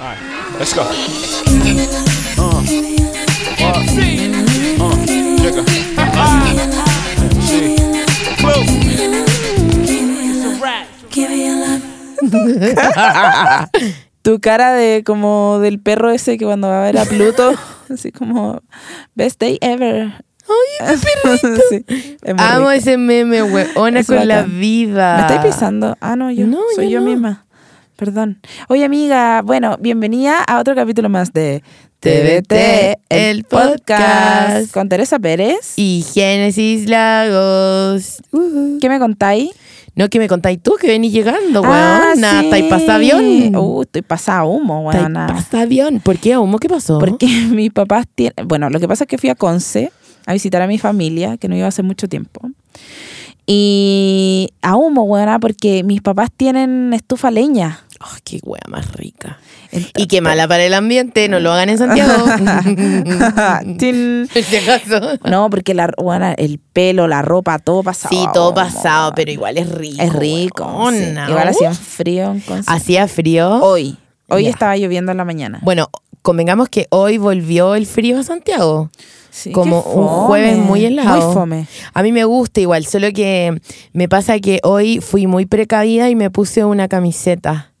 Alright, let's go. Uh, Fuck. Uh, nigga. Ah. MC. Blue. Tu cara de como del perro ese que cuando va a ver a Pluto, así como best day ever. Ay, Sí, es muy Amo rico. ese meme, weona, Es con la bacán. vida. ¿Me estáis pisando? Ah, no, yo No, soy yo yo no. misma. Perdón. Oye, amiga, bueno, bienvenida a otro capítulo más de TVT, el podcast, con Teresa Pérez. Y Génesis Lagos. Ujú. ¿Qué me contáis? No, que me contáis tú que venís llegando, Ah, weona. sí. Estáis pasa avión. Uh, estoy pasada humo, Estáis weona. pasa avión. ¿Por qué, Humo? ¿Qué pasó? Porque mis papás tienen. Bueno, lo que pasa es que fui a Conce a visitar a mi familia, que no iba hace mucho tiempo. Y a humo, weona, porque mis papás tienen estufa leña. Ay, qué wea más rica. Entonces- Y qué mala para el ambiente. No lo hagan en Santiago. Tin. Si acaso. No, porque la, bueno, el pelo, la ropa, todo pasado. Sí, todo weón. pasado, pero igual es rico. Es rico. sí. weona. Igual hacía Oh, Uf. frío en Conce. Hacía frío. Hoy. Hoy Ya. estaba lloviendo en la mañana. Bueno, convengamos que hoy volvió el frío a Santiago. Sí, como qué un fome. jueves muy helado. Muy fome. A mí me gusta igual, solo que me pasa que hoy fui muy precavida y me puse una camiseta.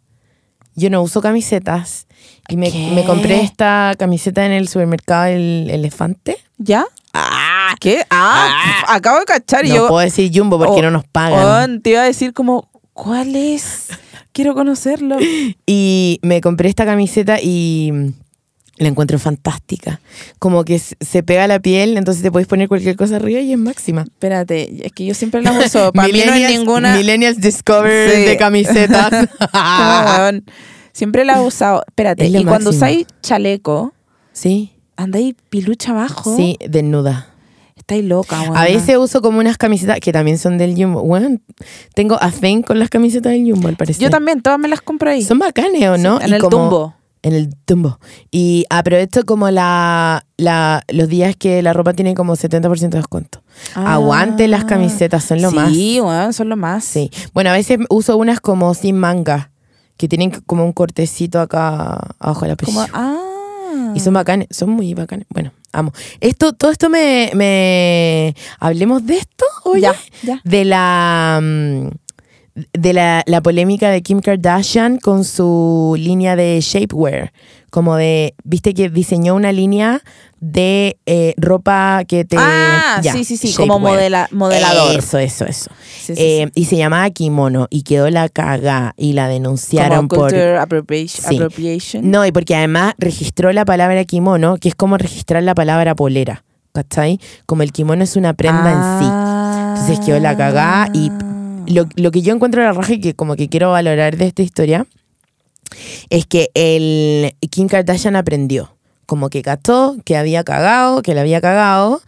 Yo no uso camisetas. Y me, ¿Qué? me compré esta camiseta en el supermercado El Elefante. ¿ya? Ah, ¿Qué? Ah, acabo de cachar y no yo. puedo decir Jumbo porque Oh, Ah, no nos pagan. weón, te iba a decir como, ¿cuál es? Quiero conocerlo. Y me compré esta camiseta y la encuentro fantástica. Como que s- se pega a la piel, entonces te podéis poner cualquier cosa arriba y es máxima. Espérate, es que yo siempre las uso. Para mí no hay Millennials- ninguna. Millennials Discover Sí. de camisetas. Como, weón, Siempre la he usado. Espérate, Ah, Es lo y cuando máximo. usáis chaleco, sí, andáis pilucha abajo. sí, desnuda. Estáis loca, weón. A veces uso como unas camisetas que también son del Jumbo. Bueno, tengo afén con las camisetas del Jumbo, al parecer. Yo también, todas me las compro ahí. Son bacanes, ¿o no? Sí, en Y el como- tumbo. En el tumbo. Y aprovecho como la, la- los días que la ropa tiene como 70% de descuento. Ah. Aguante las camisetas, son lo más. Sí, weón, son lo más. Sí. Bueno, a veces uso unas como sin manga, que tienen como un cortecito acá abajo de la Como, presión. ah. Y son bacanes, son muy bacanes. Bueno, amo. Esto, todo esto me, me- hablemos de esto, oye. Ya, ya. De la mm, de la, la polémica de Kim Kardashian con su línea de shapewear. Como de, viste que diseñó una línea de eh, ropa que te. ah, ya, sí, sí, sí. Como shapewear. modela- modelador. Eso, eso, eso. Sí, sí, Eh, Y se llamaba Kimono y quedó la caga y la sí. denunciaron Como por culture appropriation. Sí. appropriation. no, y porque además registró la palabra kimono, que es como registrar la palabra polera. ¿Cachai? Como el kimono es una prenda Ah. en sí. Entonces quedó la cagá y lo, lo que yo encuentro en la raja y que como que quiero valorar de esta historia es que el Kim Kardashian aprendió. Como que cató, que había cagado, que la había cagado.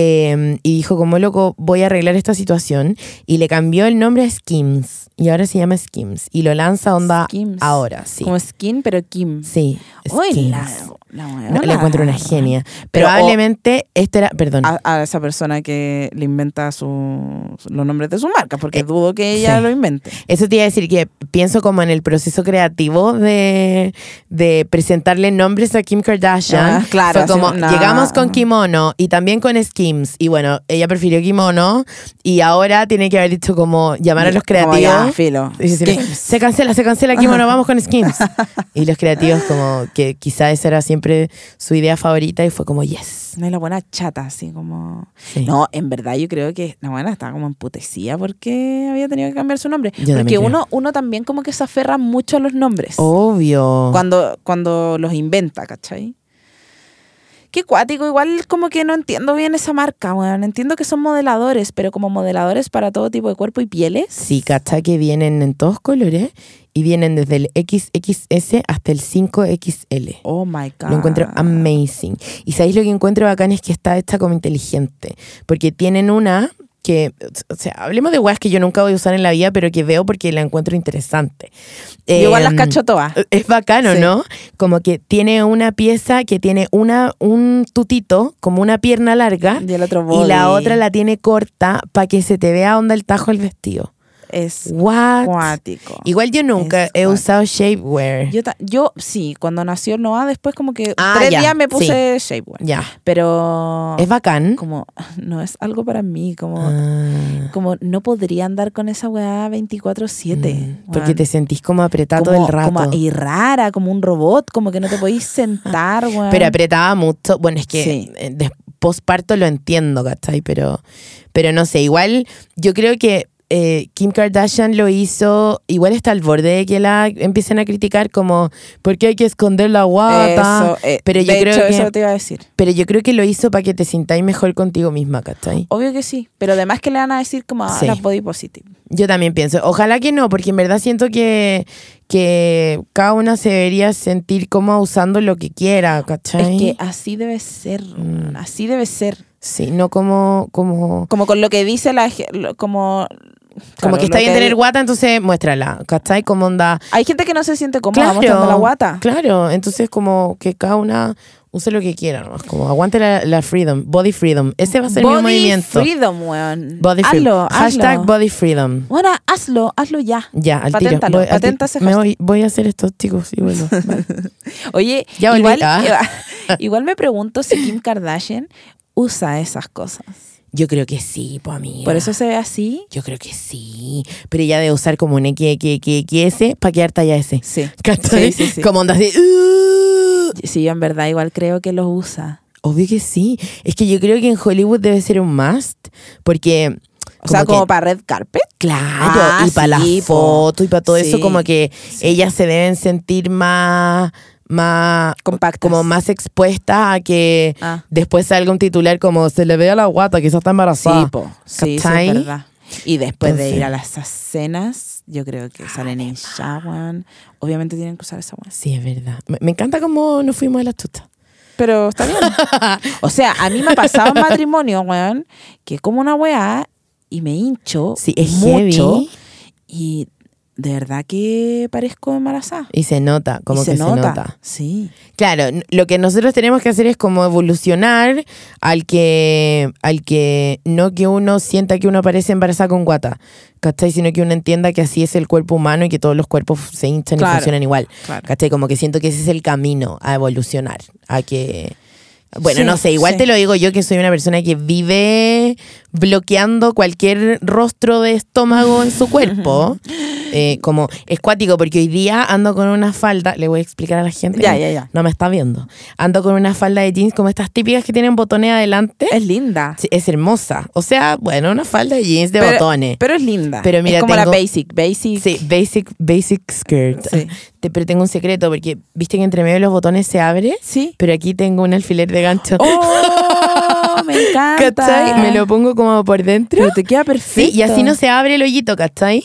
eh, y dijo, como loco, voy a arreglar esta situación. Y le cambió el nombre a Skims. Y ahora se llama Skims. Y lo lanza onda Skims. ahora, sí. Como skin, pero Kim. Sí. Uy, Skins. la, la No, weona. la encuentro una genia. Pero, oh, Ah. o- Probablemente esto era. Perdón. A, a esa persona que le inventa su, los nombres de su marca, porque Eh, dudo que ella sí. lo invente. Eso te iba a decir que pienso como en el proceso creativo de, de presentarle nombres a Kim Kardashian. Ah, claro, Fue como, así, no. llegamos con kimono y también con skims. Y bueno, ella prefirió kimono y ahora tiene que haber dicho como llamar a los Como ya, creativos. filo. Y decirle, Skims. se cancela, se cancela kimono, vamos con skims. Y los creativos como que quizá esa era siempre su idea favorita y fue como, yes. No es la buena chata, así como. Sí. No, en verdad yo creo que la buena estaba como emputecida porque había tenido que cambiar su nombre. Yo también porque creo. Oh, uno, uno también como que se aferra mucho a los nombres Obvio. cuando, cuando los inventa, ¿cachai? Qué cuático, igual como que no entiendo bien esa marca, weón. Entiendo que son modeladores, pero como modeladores para todo tipo de cuerpo y pieles. Sí, cacha que vienen en todos colores y vienen desde el XXS hasta el 5XL. Oh my god. Lo encuentro amazing. Y sabéis lo que encuentro bacán es que está esta como inteligente. Porque tienen una que, o sea, hablemos de weas que yo nunca voy a usar en la vida, pero que veo porque la encuentro interesante. Yo igual las Em, cacho todas. es bacano, Sí. ¿no? Como que tiene una pieza que tiene una, un tutito, como una pierna larga, Y el otro y la body. otra la tiene corta para que se te vea onda el tajo el vestido. es What? acuático. Igual yo nunca Es he cuático. usado shapewear. Yo, ta- yo sí, cuando nació el Noah, después como que Ah, tres ya, días me puse shapewear. ya. Pero Es bacán. como no es algo para mí, como, Ah, como no podría andar con esa weá 24/7. mm, porque weón. te sentís como apretado como, todo el rato. como- y rara, como un robot, como que no te podís sentar, weón. Pero apretaba mucho. Bueno, es que Sí. eh, des- posparto lo entiendo, ¿cachai? Pero, pero no sé, igual yo creo que eh, Kim Kardashian lo hizo, igual está al borde de que la empiecen a criticar como, ¿por qué hay que esconder la guata? Eso, eh, pero yo de creo hecho, que- eso te iba a decir. Pero yo creo que lo hizo para que te sintáis mejor contigo misma, ¿cachai? Obvio que sí, pero además que le van a decir como a Sí. la body positive. Yo también pienso, ojalá que no, porque en verdad siento que, que cada una se debería sentir como usando lo que quiera, ¿cachai? Es que así debe ser, Mm. weón, así debe ser. sí, no como, como Como con lo que dice la ge- lo- como Como claro, que está lo bien tener guata, entonces muéstrala. ¿Cachai? Como onda. Hay gente que no se siente cómoda Claro, mostrando la guata. Claro, entonces como que cada una use lo que quiera nomás. Como aguante la, la freedom, body freedom. Ese va a ser mi Body movimiento. freedom, weón. Body freedom. Hazlo, hashtag hazlo. body freedom. Bueno, hazlo, hazlo ya. Ya, al tiro. Paténtalo, Voy, al tiro. patenta ese Me voy, voy a hacer estos chicos y vuelvo. Vale. Oye, Ya volví, igual, ah. igual me pregunto si Kim Kardashian usa esas cosas. Yo creo que sí, pues amiga. Por eso se ve así. Yo creo que sí. Pero ella debe usar como un XXXS para quedar talla S. Sí. ¿Cachai? Sí, sí, sí. Como onda así. "Uh". Sí, yo en verdad igual creo que los usa. Obvio que sí. Es que yo creo que en Hollywood debe ser un must. Porque. O sea, que- como para red carpet. Claro, Ah, y para la sí, po. foto y para todo eso, Sí, como que ellas se deben sentir más. más Compactas. como más expuestas a que Ah. después salga un titular como se le ve a la guata, quizás está Sí, embarazada. po. Ah, Sí, eso ¿Cachai? es verdad. Y después de Entonces- Ah, ir a las cenas, yo creo que salen en Shawan. Obviamente tienen que usar esa weá. Sí, es verdad. Me, me encanta cómo nos fuimos de las tutas. Pero está bien. o sea, a mí me ha pasado en matrimonio, weón, que como una weá y me hincho Sí, es mucho heavy. y de verdad que parezco embarazada. Y se nota, como Y que se nota. Sí. Claro, n- lo que nosotros tenemos que hacer es como evolucionar al que, al que no que uno sienta que uno parece embarazada con guata, ¿cachai? Sino que uno entienda que así es el cuerpo humano y que todos los cuerpos se hinchan y Claro, funcionan igual, claro. ¿cachai? Como que siento que ese es el camino a evolucionar, a que... Bueno, Sí, no sé, igual sí. te lo digo yo que soy una persona que vive bloqueando cualquier rostro de estómago en su cuerpo. Eh, como es cuático, porque hoy día ando con una falda, le voy a explicar a la gente. Ya, que ya, ya. No me está viendo. Ando con una falda de jeans como estas típicas que tienen botones adelante. Es linda. Sí, Es hermosa. O sea, bueno, una falda de jeans de botones. Pero es linda. Pero mira, es como tengo- la basic, basic. Sí, basic, basic skirt. Sí. Te- pero tengo un secreto, porque viste que entre medio de los botones se abre, Sí. pero aquí tengo un alfiler de gancho. ¡Oh! Me encanta. ¿Cachai? Me lo pongo como por dentro. Pero te queda Sí, perfecto. y así no se abre el hoyito, ¿cachai?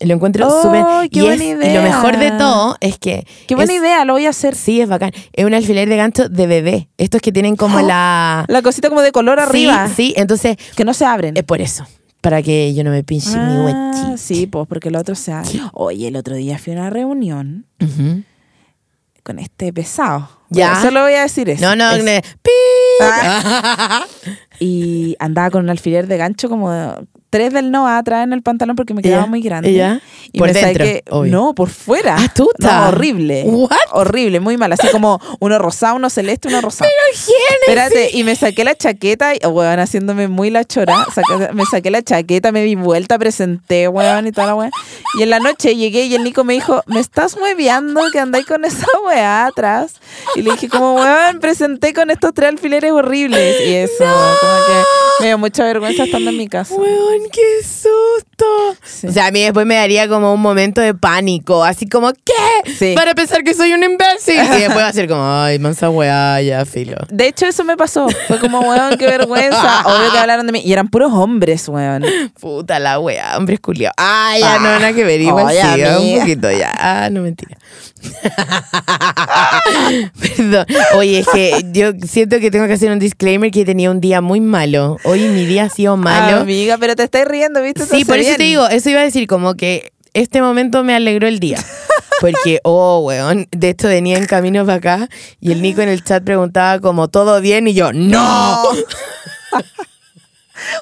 Lo encuentro ¡Oh, súper. qué y, buena es- y idea! lo mejor de todo es que. Qué buena es- idea, lo voy a hacer. Sí, es bacán. Es un alfiler de gancho de bebé. Estos que tienen como la. La cosita como de color Sí, arriba. Sí, entonces Que no se abren. es por eso. Para que yo no me pinche mi Ah, huechita. sí, pues porque el otro se abre. Sí. Oye, el otro día fui a una reunión Ujú. con este pesado. Ya. Bueno, solo voy a decir eso. Ah. No, no, Eso. no. ¡Pi! Y andaba con un alfiler de gancho como tres del no atrás en el pantalón porque me quedaba Ya, muy grande. ya. Y Por me saqué- dentro, obvio. no, por fuera. Ah, tuta. No, horrible. What? Horrible, muy mal. Así como uno rosado, uno celeste, uno rosado. Espérate, y me saqué la chaqueta, y, oh, weón, haciéndome muy la chora. saca- me saqué la chaqueta, me di vuelta, presenté, weón, y toda la weón. Y en la noche llegué y el Nico me dijo, me estás hueveando que andáis con esa weá atrás. Y le dije, como, weón, presenté con estos tres alfileres horribles. Y eso, como que me dio mucha vergüenza estando en mi casa. Weón, qué susto. Sí. O sea, a mí después me daría como un momento de pánico, así como, ¿qué? Sí. Para pensar que soy un imbécil. Y después va a ser como, ay, mansa weá, ya, filo. De hecho, eso me pasó. Fue como, weón, qué vergüenza. Obvio que hablaron de mí. Y eran puros hombres, weón. Puta la weá, hombre es culiao. Ah, ya, Ah, no, nada que ver, igual oye, sí, ah, un amiga. poquito ya. Ah, no, mentira. Perdón. Oye, es que yo siento que tengo que hacer un disclaimer que he tenido un día muy malo. Hoy mi día ha sido malo. Amiga, pero te estáis riendo, ¿viste? Sí, por eso te digo, eso iba a decir como que este momento me alegró el día. Porque, oh, weón, de esto venía en camino para acá y el Nico en el chat preguntaba como, ¿todo bien? Y yo, ¡no!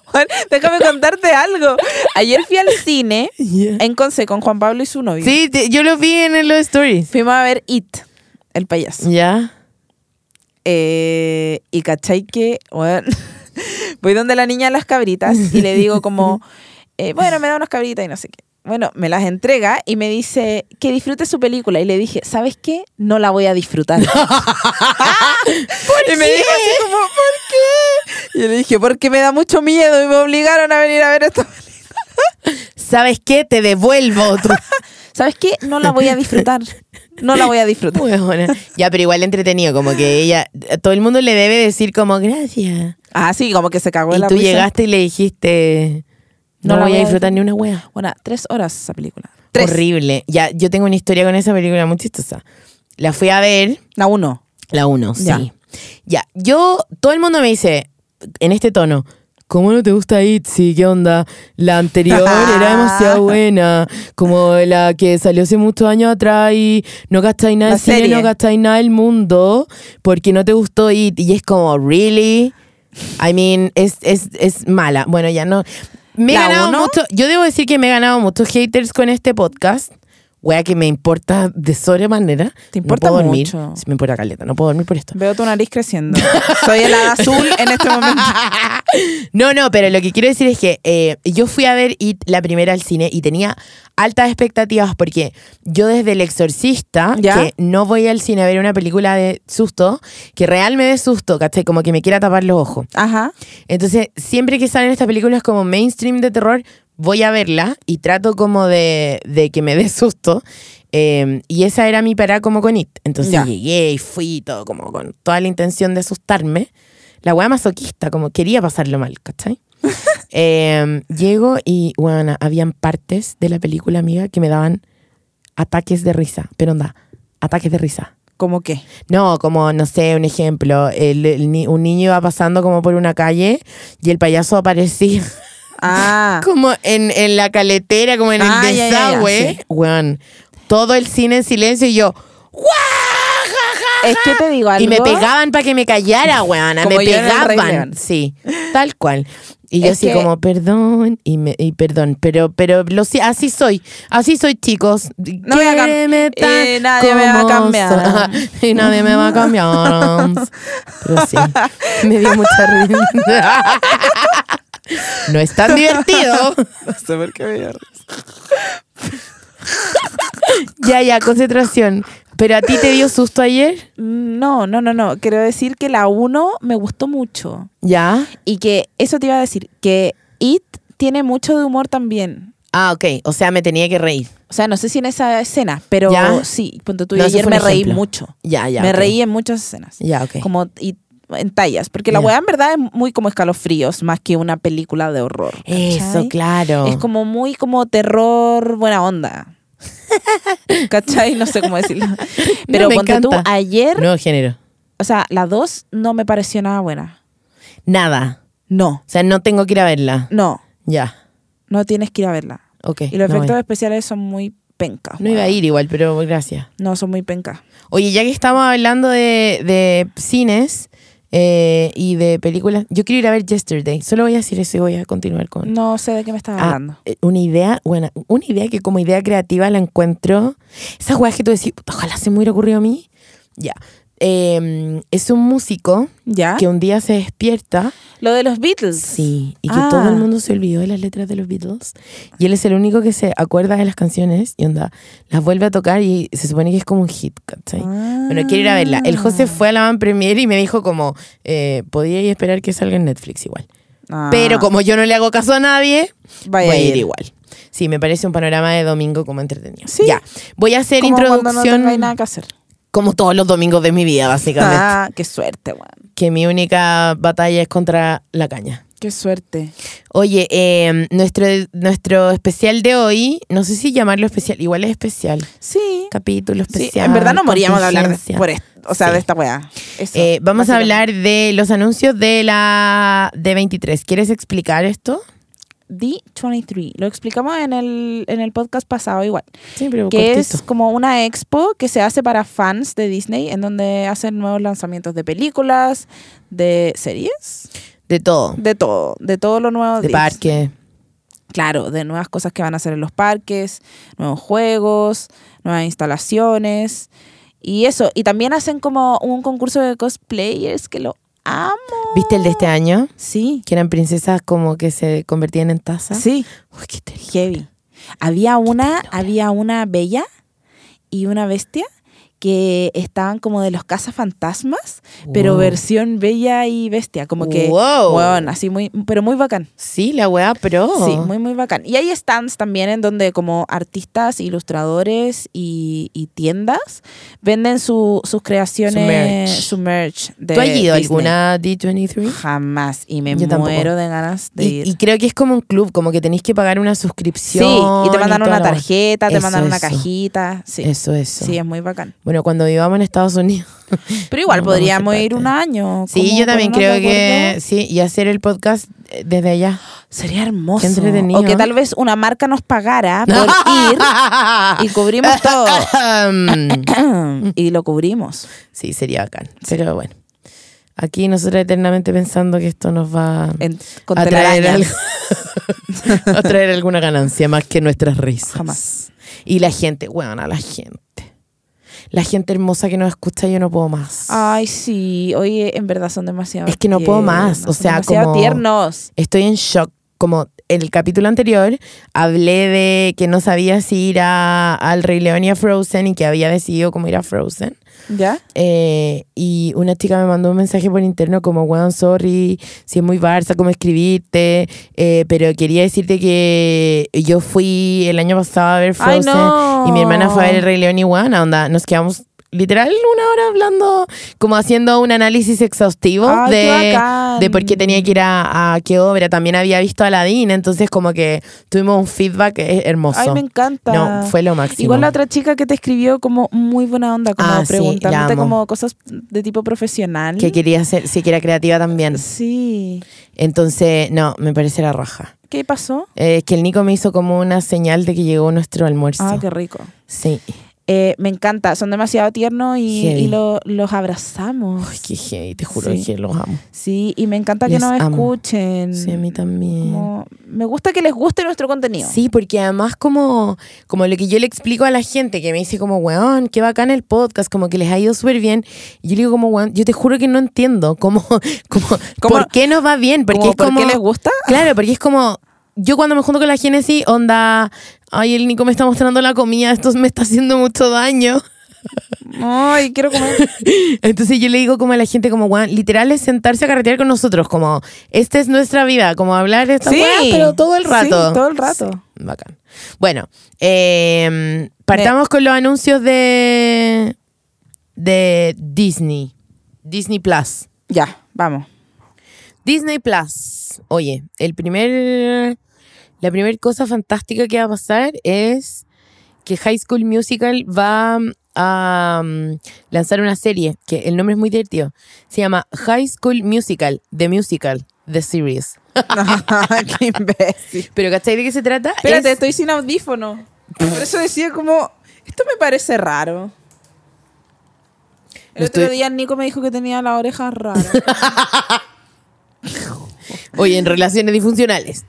Juan, déjame contarte algo. Ayer fui al cine Yeah. en Conce con Juan Pablo y su novio. Sí, te- yo lo vi en los stories. Fuimos a ver It, el payaso. Ya. Eh, y cachai que, bueno, voy donde la niña de las cabritas y le digo como, eh, bueno, me da unas cabritas y no sé qué. Bueno, me las entrega y me dice que disfrute su película. Y le dije, ¿sabes qué? No la voy a disfrutar. y me dijo así como, ¿por qué? Y yo le dije, porque me da mucho miedo y me obligaron a venir a ver esta película. ¿Sabes qué? Te devuelvo tu ¿Sabes qué? No la voy a disfrutar. No la voy a disfrutar. Huevona. Ya, pero igual entretenido, como que ella, todo el mundo le debe decir como gracias. Ah, sí, como que se cagó en Y la tú risa. llegaste y le dijiste, no, No la voy a voy a disfrutar ni una wea. Bueno, tres horas esa película. Tres. Horrible. Ya, yo tengo una historia con esa película muy chistosa. La fui a ver, La uno. la 1, Ya. sí. Ya, yo, todo el mundo me dice, en este tono, ¿cómo no te gusta Itzy? ¿Qué onda? La anterior era demasiado buena, como la que salió hace muchos años atrás y no gastáis nada La en cine, serie. no gastáis nada el mundo, porque no te gustó It. Y es como, ¿really? I mean, es, es, es mala. Bueno, ya no. Me he ¿La ganado uno? mucho, yo debo decir que me he ganado muchos haters con este podcast. Wea que me importa de sobremanera. Te No importa puedo dormir. mucho. Sí, me importa caleta. No puedo dormir por esto. Veo tu nariz creciendo. Soy el hada azul en este momento. No, no, pero lo que quiero decir es que eh, yo fui a ver It, la primera al cine y tenía altas expectativas porque yo desde El Exorcista, ¿Ya? que no voy al cine a ver una película de susto, que real me dé susto, ¿cachai? Como que me quiera tapar los ojos. Ajá. Entonces, siempre que salen estas películas como mainstream de terror, voy a verla y trato como de, de que me dé susto. Eh, y esa era mi parada como con It. Entonces Ya. llegué y fui y todo como con toda la intención de asustarme. La weá masoquista, como quería pasarlo mal, ¿cachai? Eh, llego y, bueno, habían partes de la película, amiga, que me daban ataques de risa. Pero onda, ataques de risa. ¿Cómo qué? No, como, no sé, un ejemplo, el- el ni- un niño iba pasando como por una calle y el payaso aparecía Ah. como en, en la caletera, como en Ah, el ya, ya, ya, desagüe. sí. Weón, todo el cine en silencio y yo, Es que te digo algo. y me pegaban para que me callara, weona, me Como yo en el Rey pegaban. León. Sí, tal cual. Y yo Es así que- como, perdón, y, me, y perdón, pero, pero lo, si- así soy, así soy chicos. No me va a cam- Quéreme tan y nadie me va a como cambiar. soy. y nadie me va a cambiar. Pero sí, me dio mucha risa. No es tan divertido. No sé por qué me dio risa. Ya, ya, concentración. ¿Pero a ti te dio susto ayer? No, no, no, no. Quiero decir que la 1 me gustó mucho. Ya. Y que eso te iba a decir, que It tiene mucho de humor también. Ah, ok. O sea, me tenía que reír. O sea, no sé si en esa escena, pero Ya. sí, punto tú No, ese ayer fue un me reí ejemplo. mucho. Ya, ya. me ok. reí en muchas escenas. Ya, ok. Como y en tallas, porque la Ya. weá en verdad es muy como escalofríos, más que una película de horror. ¿cachai? Eso, claro. Es como muy como terror buena onda. ¿Cachai? No sé cómo decirlo. Pero me cuando tú encanta. ayer, Nuevo género. o sea, la 2 no me pareció nada buena. Nada. No, O sea, no tengo que ir a verla. no, Ya. no tienes que ir a verla. Ok. Y los no efectos voy. especiales son muy pencas. No iba a weón. ir igual, pero gracias. No, son muy pencas. Oye, ya que estamos hablando de, de cines eh, y de películas, yo quiero ir a ver Yesterday. Solo voy a decir eso y voy a continuar con... No sé de qué me estás Ah, hablando. eh, una idea, bueno, una idea que como idea creativa la encuentro. Esas weas que tú decís, "Puta, ojalá se me hubiera ocurrido a mí. Ya. Eh, es un músico ¿Ya? que un día se despierta Lo de los Beatles. Sí, y que Ah. todo el mundo se olvidó de las letras de los Beatles. Y él es el único que se acuerda de las canciones y onda, las vuelve a tocar y se supone que es como un hit, ¿cachai? Ah. Bueno, quiero ir a verla. El José fue a la van premiere y me dijo como, eh, podía ir a esperar que salga en Netflix igual. Ah, Pero como yo no le hago caso a nadie, Vaya voy a ir ir. igual. Sí, me parece un panorama de domingo como entretenido. Sí. Ya, voy a hacer Como cuando introducción No hay nada que hacer. como todos los domingos de mi vida, básicamente. Ah, qué suerte, weón. Que mi única batalla es contra la caña. Qué suerte. Oye, eh, nuestro, nuestro especial de hoy, no sé si llamarlo especial, igual es especial. Sí. Capítulo Sí, especial. en verdad no moríamos de hablar de, contingencia. por esto, o sea, Sí. de esta weá. Eso, Eh, vamos a básicamente. hablar de los anuncios de la de 23. ¿Quieres explicar esto? D23. Lo explicamos en el, en el podcast pasado igual. Sí, pero Que es cortito. como una expo que se hace para fans de Disney, en donde hacen nuevos lanzamientos de películas, de series. De todo. De todo, de todo lo nuevo. De Dips. parque. Claro, de nuevas cosas que van a hacer en los parques, nuevos juegos, nuevas instalaciones. Y eso, y también hacen como un concurso de cosplayers que lo amo. ¿Viste el de este año? Sí, Que eran princesas como que se convertían en tazas. sí, Uy, qué terrible. heavy. Había una, había una bella y una bestia que estaban como de los cazafantasmas, pero Wow. versión bella y bestia, como que Wow. weón, así muy pero muy bacán. Sí, la weá pro. Sí, muy, muy bacán. Y hay stands también en donde como artistas, ilustradores y, y tiendas venden su- sus creaciones, Su su merch. de ¿Tú has ido a Disney. alguna D23? Jamás. Y me Yo tampoco. muero de ganas de Y, ir. y creo que es como un club, como que tenéis que pagar una sí, suscripción. y te mandan toda una la weá. tarjeta, te Eso, mandan una eso. cajita. Sí, Eso, eso. sí, es muy bacán. Bueno, cuando vivamos en Estados Unidos. Pero igual No, vamos a podríamos hacer ir un parte. año. Sí, como yo también con creo unos que acuerdos. sí, y hacer el podcast eh, desde allá. Sería hermoso. Qué entretenido. O que tal vez una marca nos pagara por ir y cubrimos todo. y lo cubrimos. sí, sería bacán. Pero bueno, aquí nosotros eternamente pensando que esto nos va en, con a traer, telarañas. algo- a traer alguna ganancia más que nuestras risas. Jamás. Y la gente, weón, a la gente. La gente hermosa que nos escucha, yo no puedo más. Ay, sí. Oye, en verdad son demasiado. Es que no puedo más, tiernos, o sea, son demasiado como- tiernos. Estoy en shock. Como en el capítulo anterior hablé de que no sabía si ir a- al Rey León y a Frozen y que había decidido cómo ir a Frozen. ¿Ya? Eh, y una chica me mandó un mensaje por interno como, weón, sorry, si es muy barça, cómo escribirte, Eh, pero quería decirte que yo fui el año pasado a ver Ay, Frozen no. y mi hermana fue a ver el Rey León y weón, onda, nos quedamos literal una hora hablando, como haciendo un análisis exhaustivo Ay, qué de, bacán. de por qué tenía que ir a, a qué obra. También había visto a Aladdin, entonces como que tuvimos un feedback eh, hermoso. Ay, me encanta. No, fue lo máximo. Igual la otra chica que te escribió como muy buena onda, como Ah, sí, la preguntándote amo. como cosas de tipo profesional. que quería hacer, si que era creativa también. Sí. Entonces, no, me parece la raja. ¿Qué pasó? Eh, es que el Nico me hizo como una señal de que llegó nuestro almuerzo. Ah, qué rico. Sí. Eh, me encanta, son demasiado tiernos y, Heavy. y lo- los abrazamos. Ay, qué heavy, te juro Sí. que los amo. Sí, y me encanta que Les nos amo. escuchen. Sí, a mí también. Como- me gusta que les guste nuestro contenido. Eh, Sí, porque además como, como lo que yo le explico a la gente que me dice como, weón, qué bacán el podcast, como que les ha ido súper bien. Y yo le digo como, weón, yo te juro que no entiendo cómo, cómo, ¿Cómo- por qué nos va bien. Porque Como, es como, ¿Por qué les gusta? Claro, porque es como. Yo cuando me junto con la Genesis, onda. Ay, el Nico me está mostrando la comida, esto me está haciendo mucho daño. Ay, quiero comer. Entonces yo le digo como a la gente, como, "Weón, literal es sentarse a carretear con nosotros, como, esta es nuestra vida, como hablar de esta Sí, weá, pero todo el sí, rato. todo el rato. Sí, bacán. Bueno, eh, partamos con los anuncios de, de Disney, Disney Plus. Ya, vamos. Disney Plus. Oye, el primer. La primera cosa fantástica que va a pasar es que High School Musical va a um, lanzar una serie que el nombre es muy divertido. Se llama High School Musical, The Musical, The Series. Qué imbécil. Pero ¿cachai de qué se trata? Espérate, Es- estoy sin audífono. Por eso decía como, esto me parece raro. El No otro estoy- día Nico me dijo que tenía las orejas raras. Oye, en relaciones disfuncionales.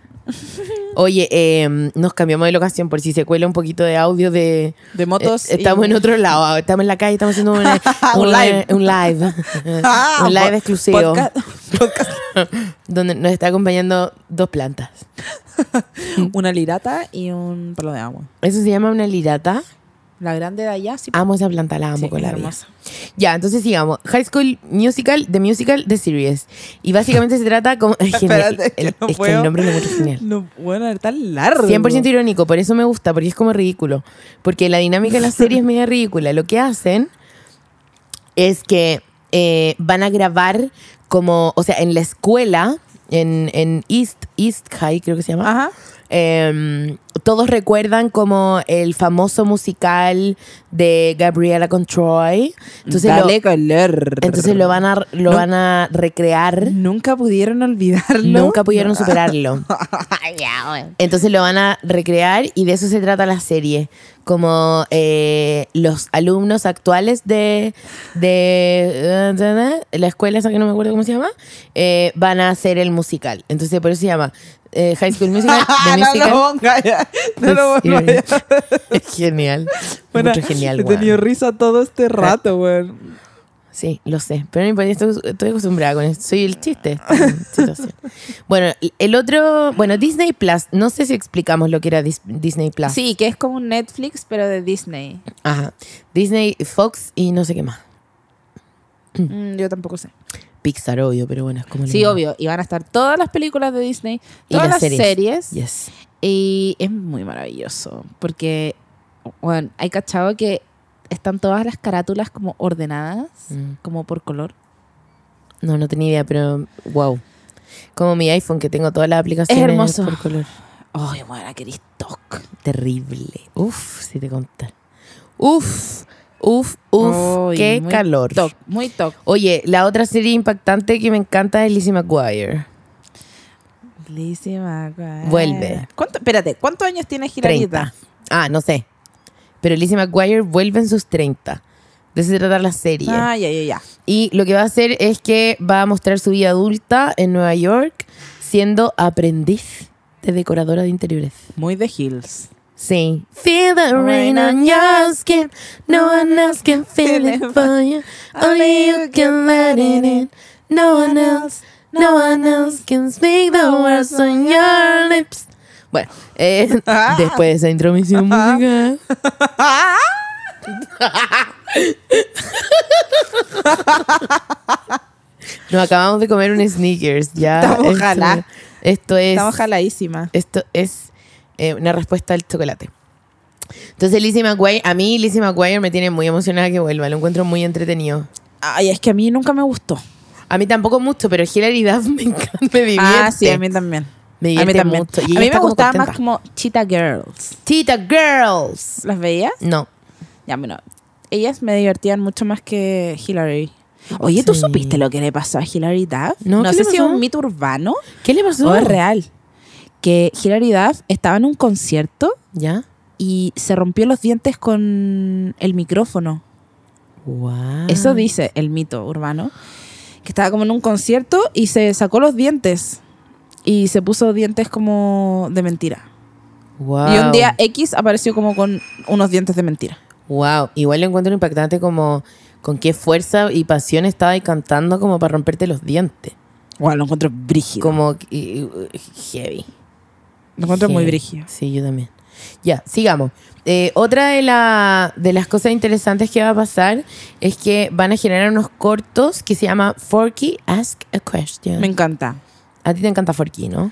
Oye, eh, nos cambiamos de locación por si se cuela un poquito de audio de... De motos Eh, estamos y- Ah, en otro lado, estamos en la calle, estamos haciendo una- Un una- live. Un live, Ah, Un po- live exclusivo. podcast- podcast. Donde nos está acompañando dos plantas. Una lirata y un palo de agua. Eso se llama una lirata. La grande de allá sí. Amo esa planta, la amo Sí, con es la vida. hermosa. Ya, entonces sigamos. High School Musical, The Musical, The Series. Y básicamente se trata como... es genial. Espérate, que El- no es que puedo. el nombre es muy genial. No, bueno, está largo. 100% irónico, por eso me gusta, porque es como ridículo. Porque la dinámica de la serie es media ridícula. Lo que hacen es que eh, van a grabar Ah. como, o sea, en la escuela, en, en East, East High creo que se llama, Ajá. em, todos recuerdan como el famoso musical de Gabriela Controy. Entonces, Dale lo, color. entonces lo van a, lo No. van a recrear. Nunca pudieron olvidarlo. Nunca pudieron superarlo. Entonces lo van a recrear y de eso se trata la serie. Como eh, los alumnos actuales de, de eh, la escuela esa que no me acuerdo cómo se llama, eh, van a hacer el musical. Entonces por eso se llama eh, High School Musical. The Ah, no Musical. lo ponga ya. No lo Sí, ponga ya. es genial. Bueno, Mucho genial, he tenido weón. risa todo este rato, weón. Sí, lo sé. Pero no importa, estoy, estoy acostumbrada con esto. Soy el chiste. de Ah. esta situación. Bueno, y el otro. Bueno, Disney Plus. No sé si explicamos lo que era Dis- Disney Plus. Sí, que es como un Netflix, pero de Disney. Ajá. Disney, Fox y no sé qué más. Mm, yo tampoco sé. Pixar, obvio, pero bueno, es como. lo Sí, mismo. obvio. Y van a estar todas las películas de Disney, Y todas las las series. series. Yes. Y es muy maravilloso. Porque, bueno, hay cachado que están todas las carátulas como ordenadas, Mm. como por color. No, no tenía idea, pero wow. Como mi iPhone, que tengo todas las aplicaciones. Es hermoso. Por color. Ay, bueno, querís toc. Terrible. Uf, si te contar. Uf, uf, uf. Ay, qué muy calor. Toc, muy toc. Oye, la otra serie impactante que me encanta es Lizzie McGuire. Lizzie McGuire. Vuelve. ¿Cuánto, espérate, ¿cuántos años tiene 30. Giralita? Ah, no sé. Pero Lizzie McGuire vuelve en sus 30. De eso se trata la serie. Ah, ya, ya, ya. Y lo que va a hacer es que va a mostrar su vida adulta en Nueva York, siendo aprendiz de decoradora de interiores. Muy de Hills. Sí. Feel the rain on your skin. No one else can feel it for you. Only you can let it in. No one else. No one else can speak the words on your lips. Bueno, eh, después de esa intromisión musical. Nos acabamos de comer un Snickers. Ya Estamos esto- jalá. Esto es. Estamos jaladísima. Esto es eh, una respuesta al chocolate. Entonces Lizzie McGuire, a mí Lizzie McGuire me tiene muy emocionada que vuelva, lo encuentro muy entretenido. Ay, es que a mí nunca me gustó. A mí tampoco mucho, pero Hilary Duff me encanta, me divierte. Ah, sí, a mí también. Me A mí divierte también. mucho. A Y mí ella me está como gustaba contenta. más como Cheetah Girls. Cheetah Girls. ¿Las veías? No. Ya, bueno. Ellas me divertían mucho más que Hillary. Oye, ¿tú Sí. supiste lo que le pasó a Hillary Duff? No, No, ¿qué sé le si es pasó? un mito urbano ¿Qué le pasó? o es real. Que Hillary Duff estaba en un concierto ¿Ya? y se rompió los dientes con el micrófono. Wow. Eso dice el mito urbano. Que estaba como en un concierto y se sacó los dientes. Y se puso dientes como de mentira. Wow. Y un día X apareció como con unos dientes de mentira. Wow. Igual lo encuentro impactante como con qué fuerza y pasión estaba ahí cantando como para romperte los dientes. Wow, lo encuentro brígido. Como y- y- heavy. Lo encuentro muy Sí, brígido. Sí, yo también. Ya, sigamos. Eh, otra de, la- de las cosas interesantes que va a pasar es que van a generar unos cortos que se llama Forky Ask a Question. Me Ah. encanta. a ti te encanta Forky, ¿no?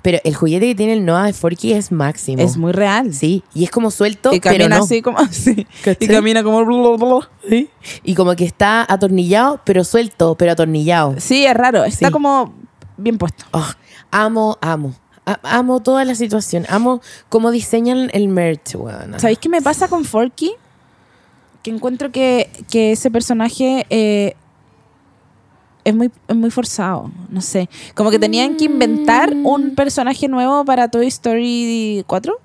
Pero el juguete que tiene el Noah de Forky es máximo. Es muy real. Sí, y es como suelto, Y pero camina no. así como así. Y ¿Cachai? camina como... blu, blu, blu. Y como que está atornillado, pero suelto, pero atornillado. Sí, es raro. Está Sí. como bien puesto. Oh, amo, amo. A- amo toda la situación. Amo cómo diseñan el merch, weona. ¿Sabéis qué me pasa con Forky? Que encuentro que, que ese personaje eh, es, muy, es muy forzado. No sé. Como que tenían que inventar Mm. un personaje nuevo para Toy Story 4.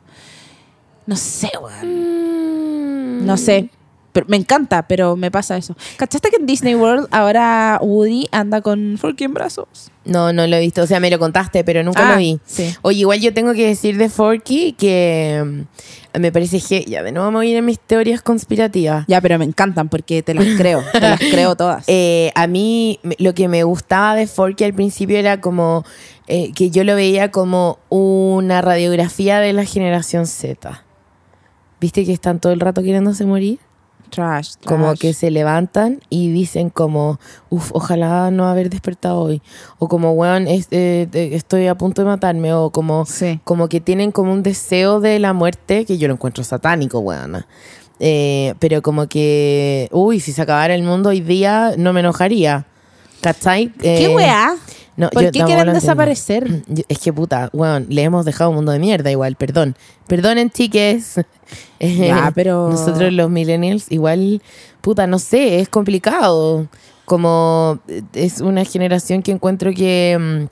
No sé, weón. Mm. No sé. Pero me encanta, pero me pasa eso. ¿Cachaste que en Disney World ahora Woody anda con Forky en brazos? No, no lo he visto. O sea, me lo contaste, pero nunca Ah, lo vi. sí. Oye, igual yo tengo que decir de Forky que mm, me parece que ya de nuevo me voy a ir en mis teorías conspirativas. Ya, pero me encantan porque te las creo. te las creo todas. Eh, a mí me- lo que me gustaba de Forky al principio era como eh, que yo lo veía como una radiografía de la generación Z. ¿Viste que están todo el rato queriéndose morir? trash, trash. como que se levantan y dicen como, uff, ojalá no haber despertado hoy, o como, weón, es- eh, eh, estoy a punto de matarme, o como, Sí. como que tienen como un deseo de la muerte, que yo lo encuentro satánico, weón. pero como que, uy, si se acabara el mundo hoy día, no me enojaría. ¿Cachai? ¿Qué Eh, weá? No, ¿Por yo qué Pues tampoco quieren lo entiendo. desaparecer? Yo- Es que puta, weón, le hemos dejado un mundo de mierda igual, perdón. Perdonen, chiques. Ya, pero- Nosotros los millennials, igual, puta, no sé, es complicado. Como eh, es una generación que encuentro que mm,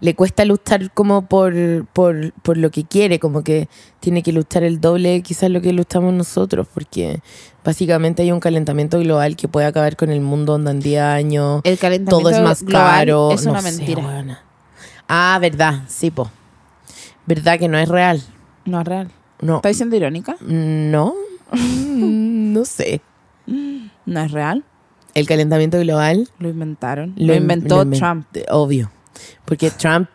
le cuesta luchar como por, por, por lo que quiere, como que tiene que luchar el doble quizás lo que luchamos nosotros, porque básicamente hay un calentamiento global que puede acabar con el mundo onda en 10 años El calentamiento todo es más global caro. Es no una sé, mentira. weona. ah, verdad, sí, po. Verdad que no es real. No es real. No. ¿Estás siendo irónica? No. Mm, no sé. No es real. El calentamiento global Lo inventaron. lo Lo, in- inventó lo inven- Trump. Obvio. Porque Trump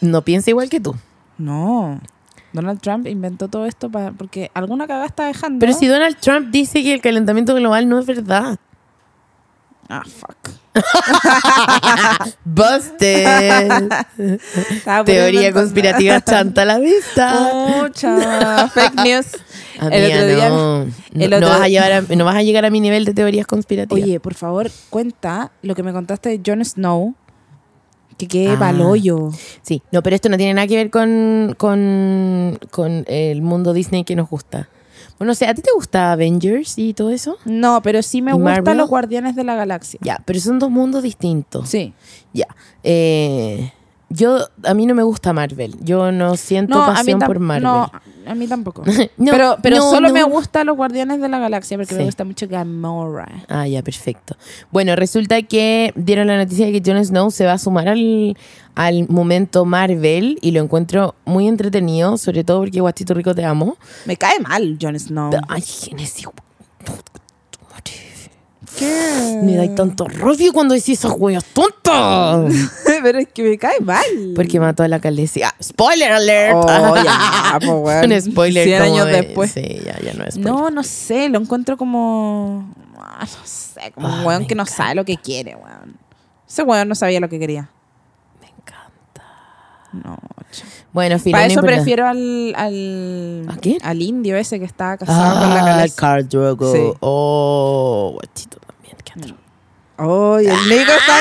no piensa igual que tú. No. Donald Trump inventó todo esto para, porque alguna cagada está dejando. Pero si Donald Trump dice que el calentamiento global no es verdad. Ah, fuck. Ah, Busted. Estaba puro Teoría inventando. conspirativa chanta a la vista. Mucha. Fake news. Amiga, Ah, otro día- no. No- el no otro- vas a llevar a- no vas a llegar a mi nivel de teorías conspirativas. Oye, por favor, cuenta lo que me contaste de Jon Snow. Que qué Ah. paloyo. Sí, no, pero esto no tiene nada que ver con, con, con el mundo Disney que nos gusta. Bueno, o sea, ¿a ti te gusta Avengers y todo eso? No, pero sí me ¿Y Marvel? gustan los Guardianes de la Galaxia. Ya, pero son dos mundos distintos. Sí. Ya. Eh, yo, a mí no me gusta Marvel. Yo no siento No, a mí, pasión tam- por Marvel. no, a mí tampoco. No, pero pero no, solo no. me gustan los Guardianes de la Galaxia porque Sí. me gusta mucho Gamora. Ah, ya, perfecto. Bueno, resulta que dieron la noticia de que Jon Snow se va a sumar al, al momento Marvel y lo encuentro muy entretenido, sobre todo porque Guastito Rico te amo. Me cae mal Jon Snow. Ay, Genesis, tu madre. ¿Qué? Me Mm. da tanto rollo cuando decís esas huellas tontas. pero es que me cae mal. Porque mató a la Calesia. ¡Spoiler alert! Oh, ya, po, weón. Un spoiler. Cien como años de- después. Sí, ya, ya no es spoiler. No, no sé, lo encuentro como. ah, No sé, como Ah, un weón me que no encanta. sabe lo que quiere, weón. Ese weón no sabía lo que quería. Me encanta. No, cha. Bueno, Para finalmente. eso prefiero al, al, ¿A quién? al indio ese que está casado con la Ah, Khaleesi. Carl Drogo. Sí. Oh, guachito también. qué atroz. Ay, el Nico está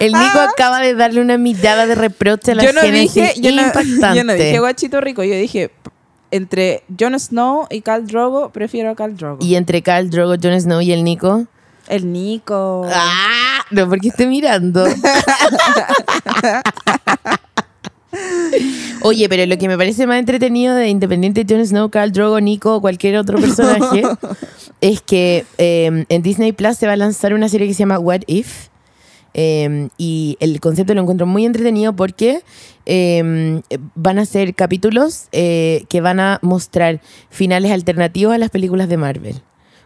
El Nico acaba de darle una mirada de reproche a la yo no Genesis dije, yo no, impactante. yo no dije guachito rico, yo dije p- entre Jon Snow y Khal Drogo, prefiero a Khal Drogo. Y entre Carl Drogo, Jon Snow y el Nico. El Nico. Ah, no, porque estoy mirando. Oye, pero lo que me parece más entretenido de Independiente Jon Snow, Carl Drogo, Nico o cualquier otro personaje es que eh, en Disney Plus se va a lanzar una serie que se llama What If. Eh, y el concepto lo encuentro muy entretenido porque eh, van a ser capítulos eh, que van a mostrar finales alternativos a las películas de Marvel.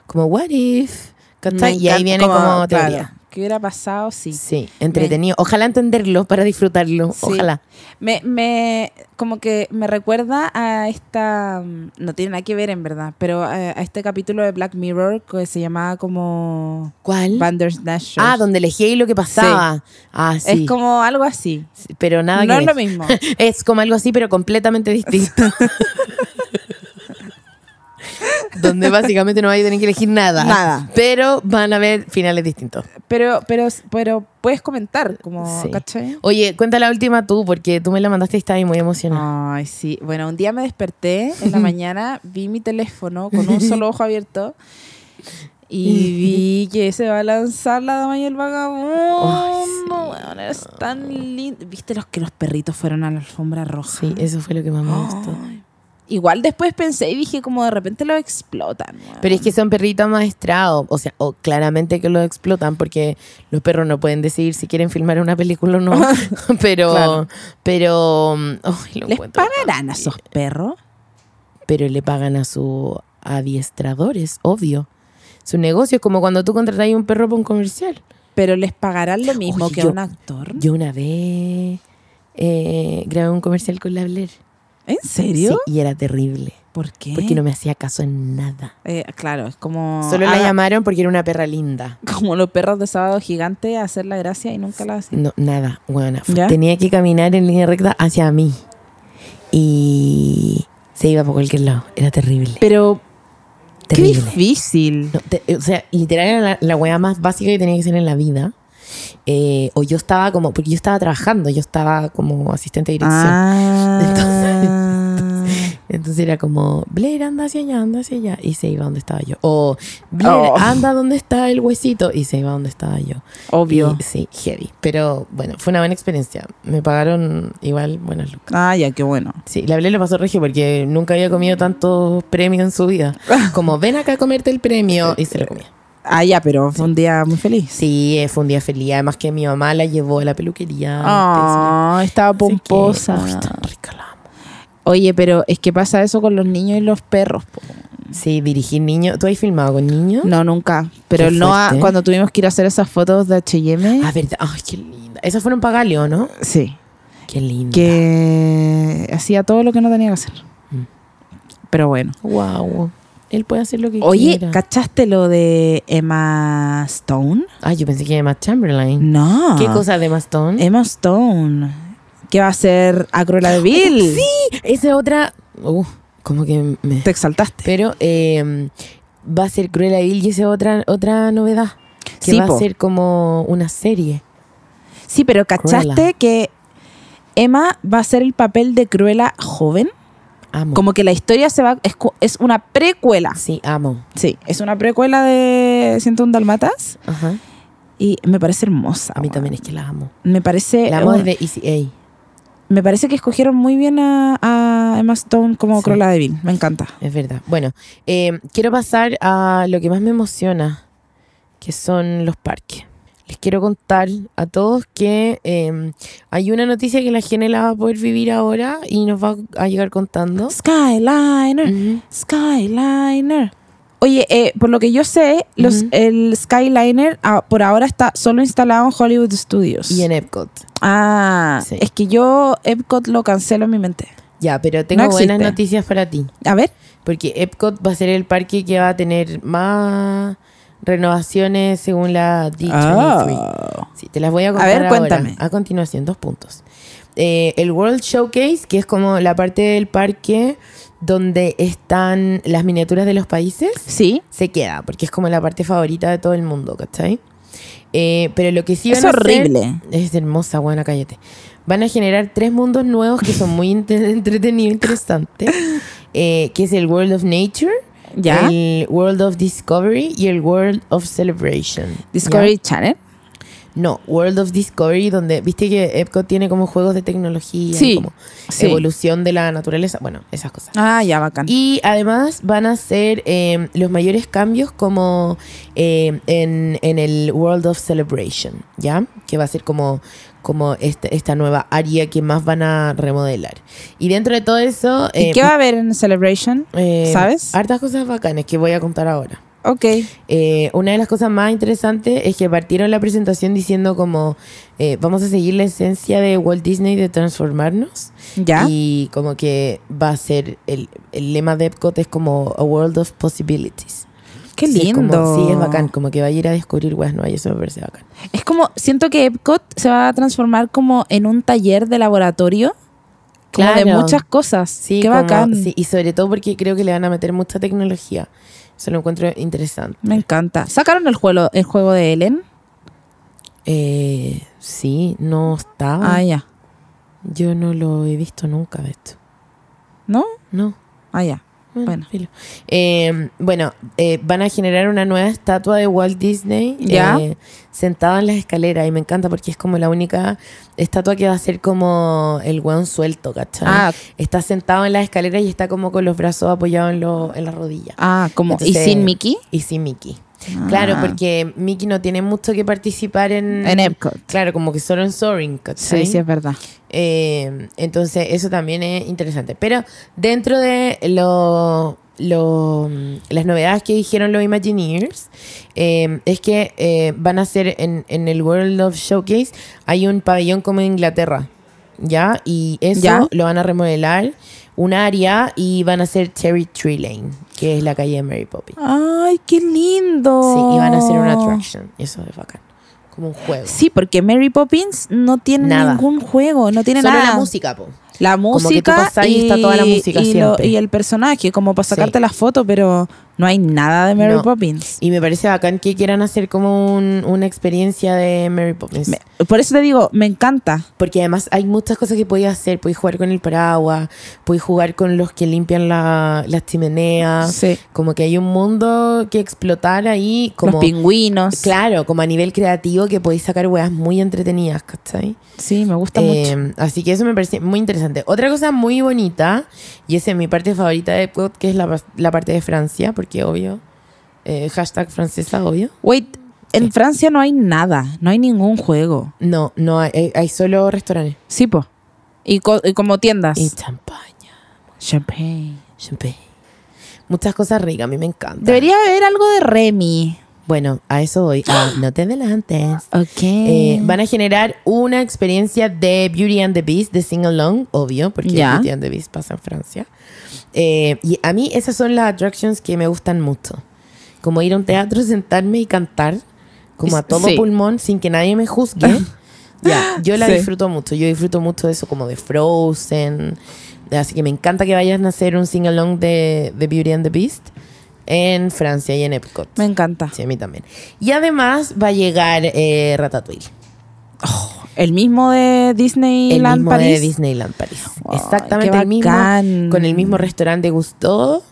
Como What If. ¿cachai? Me Y ahí encanta- viene como, teoría. claro, ¿Qué hubiera pasado si? Sí, entretenido. Ojalá entenderlo para disfrutarlo. Sí. Ojalá. Me, me, como que me recuerda a esta, mm, no tiene nada que ver en verdad, pero a, a este capítulo de Black Mirror que se llamaba como ¿Cuál? Bandersnatch. Ah, donde elegí ahí lo que pasaba. Ah, sí. Es como algo así. Sí, Pero nada no que es ver. lo mismo. Es como algo así, pero completamente distinto. donde básicamente no vais a tener que elegir nada. Nada. Pero van a haber finales distintos. Pero, pero, pero puedes comentar, como, Sí. ¿cachai? Oye, cuenta la última tú, porque tú me la mandaste y estaba ahí muy emocionada. Ay, sí. Bueno, un día me desperté en la mañana, vi mi teléfono con un solo ojo abierto y vi que se va a lanzar la dama y el vagabundo. Ay, sí. weón, es tan lindo. ¿Viste los que los perritos fueron a la alfombra roja? Sí, eso fue lo que más me gustó. Ay. Igual después pensé y dije como de repente lo explotan. weón. Pero es que son perritos amaestrados, o sea, o claramente que los explotan porque los perros no pueden decidir si quieren filmar una película o no. pero, Claro. pero, mm, ay, lo ¿Les encuentro pagarán tan a bien. esos perros? Pero le pagan a sus adiestradores, obvio. Su negocio es como cuando tú contratas a un perro para un comercial. ¿Pero les pagarán lo mismo Oye, que yo- a un actor? Yo una vez eh, grabé un comercial con la Blair. ¿En serio? ¿Eh? Sí, y era terrible, ¿Por qué? porque no me hacía caso en nada. Eh, claro, es como... Solo la haga- llamaron porque era una perra linda. como los perros de sábado gigante a hacer la gracia y nunca la hacen. No, nada, buena. ¿Ya? Tenía que caminar en línea recta hacia mí. Y se iba por cualquier lado. Era terrible. Pero qué terrible. difícil. No, te- o sea, literal era la, la weá más básica que tenía que ser en la vida. eh, o yo estaba como, porque yo estaba trabajando, yo estaba como asistente de dirección. Ah. Entonces era como, Blair, anda hacia allá, anda hacia allá. Y se iba donde estaba yo. O, Blair, Oh. anda donde está el huesito. Y se iba donde estaba yo. obvio. Y- sí, heavy. Pero bueno, fue una buena experiencia. Me pagaron igual buenas lucas. Ah, ya, qué bueno. Sí, la Blair lo pasó regio porque nunca había comido tantos premios en su vida. Como, ven acá a comerte el premio. Y se lo comía. Ah, ya, pero fue un día muy feliz. Sí, eh, fue un día feliz. Además que mi mamá la llevó a la peluquería. antes. Ah, estaba Así que, pomposa. uy, tan rica la amo. Oye, pero es que pasa eso con los niños y los perros. po. Sí, dirigí niños. ¿Tú has filmado con niños? No, nunca. Pero Qué el Noah, fuerte. cuando tuvimos que ir a hacer esas fotos de HM, Ah, verdad. Ay, qué linda. Esas fueron para Galio, ¿no? sí, Qué linda. que hacía todo lo que no tenía que hacer. Pero bueno. Wow. Él puede hacer lo que Oye, quiera. ¿cachaste lo de Emma Stone? Ay, Ah, yo pensé que era Emma Chamberlain. No. Eh, ¿Qué cosa de Maston? Emma Stone. Que va a ser a Cruella de Vil. Esa otra. Uh, como que me. Te exaltaste. Pero eh, va a ser Cruella de Vil y esa es otra, otra novedad. Que Sí, va po. a ser como una serie. Sí, pero ¿cachaste Cruella. que Emma va a hacer el papel de Cruella joven? Amo. Como que la historia se va. Es, cu- es una precuela. Sí, amo. Sí, es una precuela de Siento un Dalmatas. Ajá. Y me parece hermosa. A mí weón. también es que la amo. Me parece. La amo un- desde Easy A. Me parece que escogieron muy bien a, a Emma Stone como Sí. Cruella de Vil. Me encanta. Es verdad. Bueno, eh, quiero pasar a lo que más me emociona, que son los parques. Les quiero contar a todos que eh, hay una noticia que la gente la va a poder vivir ahora y nos va a llegar contando. Skyliner. Ujú. Skyliner. Oye, eh, por lo que yo sé, los, Ujú. el Skyliner ah, por ahora está solo instalado en Hollywood Studios. Y en Epcot. ah, Sí. es que yo Epcot lo cancelo en mi mente. Ya, pero tengo No existe. buenas noticias para ti. A ver. Porque Epcot va a ser el parque que va a tener más renovaciones según la D23. Ah. Sí, te las voy a A contar. ver, ahora. cuéntame. A continuación, dos puntos. Eh, el World Showcase, que es como la parte del parque donde están las miniaturas de los países, Sí. se queda, porque es como la parte favorita de todo el mundo, ¿cachai? Eh, pero lo que sí Es van a hacer- horrible. es hermosa, buena, cállate. Van a generar tres mundos nuevos que son muy inte- entretenidos, e interesantes, eh, que es el World of Nature, Ya. el World of Discovery y el World of Celebration. ¿ya? Discovery Channel. No, World of Discovery, donde viste que Epcot tiene como juegos de tecnología, y Sí, como sí. evolución de la naturaleza, bueno, esas cosas. Ah, ya, bacán. Y además van a hacer eh, los mayores cambios como eh, en, en el World of Celebration, ¿ya? Que va a ser como, como este- esta nueva área que más van a remodelar. Y dentro de todo eso... ¿Y eh, qué va a haber en Celebration? eh, ¿Sabes? Hartas cosas bacanas que voy a contar ahora. Ok. Eh, una de las cosas más interesantes es que partieron la presentación diciendo como eh, vamos a seguir la esencia de Walt Disney de transformarnos Ya. y como que va a ser el, el lema de Epcot es como a world of possibilities. Qué Sí, es como- lindo. sí, es bacán, como que va a ir a descubrir weas nuevas y eso me parece bacán. Es como, siento que Epcot se va a transformar como en un taller de laboratorio. Como de Claro. muchas cosas. Sí, Qué como- bacán. sí, y sobre todo porque creo que le van a meter mucha tecnología. Eso lo encuentro interesante. Me encanta. ¿Sacaron el juego, el juego de Ellen? Eh, sí, no estaba. Ah, ya. Yo no lo he visto nunca de esto. ¿No? No. Ah, ya. Bueno. Bueno, filo. Eh, bueno eh, van a generar una nueva estatua de Walt Disney Ya. eh, sentada en las escaleras y me encanta porque es como la única estatua que va a ser como el weón suelto, ¿cachai? Ah. Está sentado en las escaleras y está como con los brazos apoyados en, lo- en las rodillas. Ah, como. ¿Y Entonces- sin Mickey? Y sin Mickey. Claro, Ah. porque Mickey no tiene mucho que participar en... En Epcot. Claro, como que solo en Soaring, Sí, ¿cachai? sí, es verdad. Eh, entonces, eso también es interesante. Pero dentro de lo, lo- mm, las novedades que dijeron los Imagineers, eh, es que eh, van a hacer en, en el World of Showcase, hay un pabellón como en Inglaterra, ¿ya? Y eso Ya. lo van a remodelar, un área, y van a hacer Cherry Tree Lane, que es la calle de Mary Poppins. Ay, qué lindo. Sí, y van a hacer una Oh. attraction. Eso es bacán. Como un juego. Sí, porque Mary Poppins no tiene Nada. ningún juego, no tiene Solo nada. la música, po. La que tú música pasás y está toda la música y, siempre. y el personaje, como para Sí. sacarte la foto, pero no hay nada de Mary No. Poppins. Y me parece bacán que quieran hacer como un- una experiencia de Mary Poppins. Me- por eso te digo, me encanta. Porque además hay muchas cosas que podéis hacer. Podéis jugar con el paraguas, podéis jugar con los que limpian la- las chimeneas. Sí. Como que hay un mundo que explotar ahí. Como, Los pingüinos. Claro, como a nivel creativo que podéis sacar weas muy entretenidas, ¿cachai? Sí, me gusta mucho. Eh, así que eso me parece muy interesante. Otra cosa muy bonita, y esa es mi parte favorita de Epcot, que es la, la parte de Francia, porque obvio, eh, hashtag francesa, obvio. Wait, en Francia no hay nada, no hay ningún juego. No, no, hay, hay solo restaurantes. Sí, po. Y, co- y como tiendas. Y champaña, Champagne. champagne. Muchas cosas ricas, a mí me encanta. Debería haber algo de Remy. Bueno, a eso voy. Ah, no te adelantes. Ok. Eh, van a generar una experiencia de Beauty and the Beast, de Sing Along, obvio, porque Ya. Beauty and the Beast pasa en Francia. Eh, y a mí esas son las attractions que me gustan mucho. Como ir a un teatro, sentarme y cantar, como a todo Sí. pulmón, sin que nadie me juzgue. ya, yo la Sí. disfruto mucho. Yo disfruto mucho de eso, como de Frozen. Así que me encanta que vayan a hacer un Sing Along de, de Beauty and the Beast en Francia y en Epcot. me encanta. Sí, a mí también. Y además va a llegar eh, Ratatouille. El mismo de Disneyland El mismo París. de Disneyland París. Ay, Exactamente qué el mismo. bacán. Ah. Con el mismo restaurante de Gusto.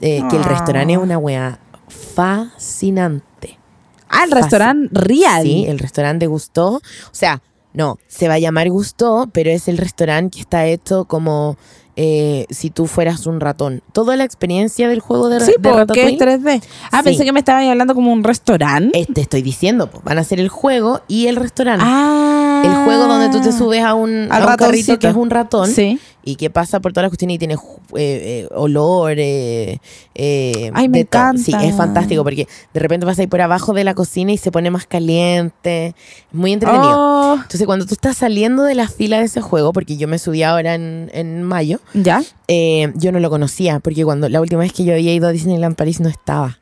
eh, que el restaurante es una weá fascinante. Ah, el restaurante Real. Sí, el restaurante de Gusto. O sea, no, se va a llamar Gusto, pero es el restaurante que está hecho como eh, si tú fueras un ratón. Toda la experiencia del juego de, ra- Sí, de porque Ratatouille- es 3D. Ah, Sí. pensé que me estaban hablando como un restaurante. Eh, Te estoy diciendo, pues, van a hacer el juego y el restaurante. Ah. El juego donde tú te subes a un, a Al un carrito ratoncito. que es un ratón Sí. y que pasa por todas las cuestiones y tiene ju- eh, eh, olor. eh, eh, Ay, me de todo. encanta. Sí, es fantástico porque de repente vas ahí por abajo de la cocina y se pone más caliente. Es muy entretenido. Oh, Entonces, cuando tú estás saliendo de la fila de ese juego, porque yo me subí ahora en, en mayo, ¿Ya? eh, yo no lo conocía porque cuando la última vez que yo había ido a Disneyland París no estaba.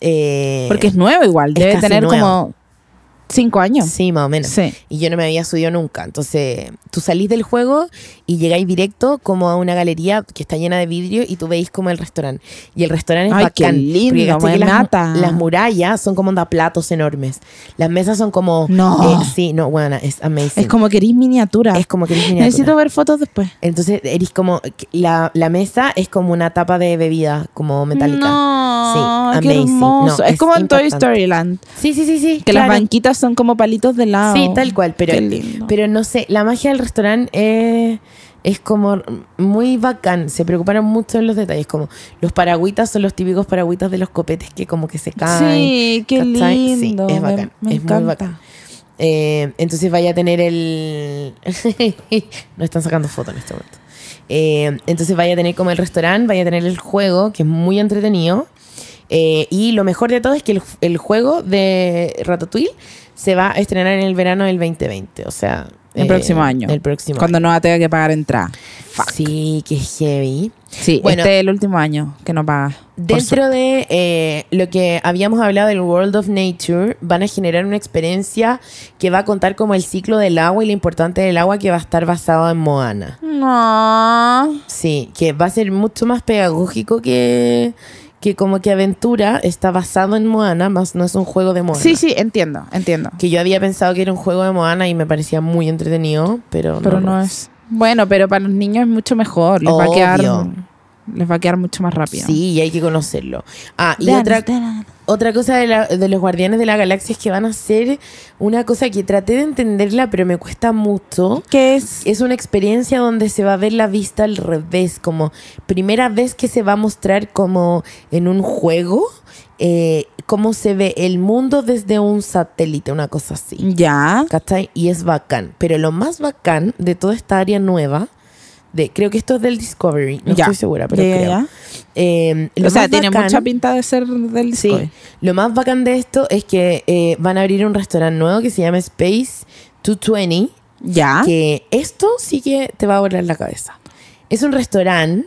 Eh, Porque es nuevo igual. es Debe casi tener nuevo. como cinco años. Sí, más o menos. Sí. y yo no me había subido nunca. Entonces, tú salís del juego y llegáis directo como a una galería que está llena de vidrio y tú veis como el restaurante. Y el restaurante es Ay, qué bacán. lindo, porque ¿cachai me que las, mata. las murallas son como onda platos enormes. Las mesas son como No. eh, sí, no, bueno, es amazing. Es como que eres miniatura. es como que eres miniatura. Necesito ver fotos después. Entonces, eres como la, la mesa es como una tapa de bebida como metálica. No, Sí, qué amazing. hermoso. No, es, es como en Toy impactante. Story Land. Sí, sí, sí, sí. Que claro. las banquitas son como palitos de lado. Sí, tal cual, pero, Qué lindo. pero no sé, la magia del restaurante eh, es como muy bacán, se preocuparon mucho en los detalles, como los paragüitas son los típicos paragüitas de los copetes que como que se caen. sí, qué ¿cachai? Sí, lindo. es me- bacán, Me, es muy encanta. bacán. Eh, entonces vaya a tener el... no están sacando fotos en este momento. Eh, entonces vaya a tener como el restaurante, vaya a tener el juego, que es muy entretenido. Eh, y lo mejor de todo es que el, el juego de Ratatouille se va a estrenar en el verano del 2020. O sea, El eh, próximo año. El próximo Cuando no tenga que pagar entrada. año. Sí, que heavy. Sí, Bueno. este es el último año que no paga. Por su- Dentro de eh, lo que habíamos hablado del World of Nature, van a generar una experiencia que va a contar como el ciclo del agua y lo importante del agua que va a estar basado en Moana. No. Sí, que va a ser mucho más pedagógico que, que como que Aventura está basado en Moana, más no es un juego de Moana. Sí, sí, entiendo, entiendo. Que yo había pensado que era un juego de Moana y me parecía muy entretenido, pero, Pero no, lo es. Bueno, pero para los niños es mucho mejor. Les va a quedar. Obvio. Les va a quedar mucho más rápido. Sí, y hay que conocerlo. Ah, y Dan, otra, dan. Otra cosa de, la- de los Guardianes de la Galaxia es que van a ser una cosa que traté de entenderla, pero me cuesta mucho. ¿Qué es? Es una experiencia donde se va a ver la vista al revés, como primera vez que se va a mostrar como en un juego, eh, cómo se ve el mundo desde un satélite, una cosa así. Ya. ¿Cachai? Y es bacán. Pero lo más bacán de toda esta área nueva, de, creo que esto es del Discovery, no Ya. estoy segura, pero Ya, ya, creo. ya. Eh, lo O sea, más tiene bacán- mucha pinta de ser del Sí, Discovery. lo más bacán de esto es que eh, van a abrir un restaurante nuevo que se llama Space 220, Ya. que esto sí que te va a volar la cabeza. Es un restaurante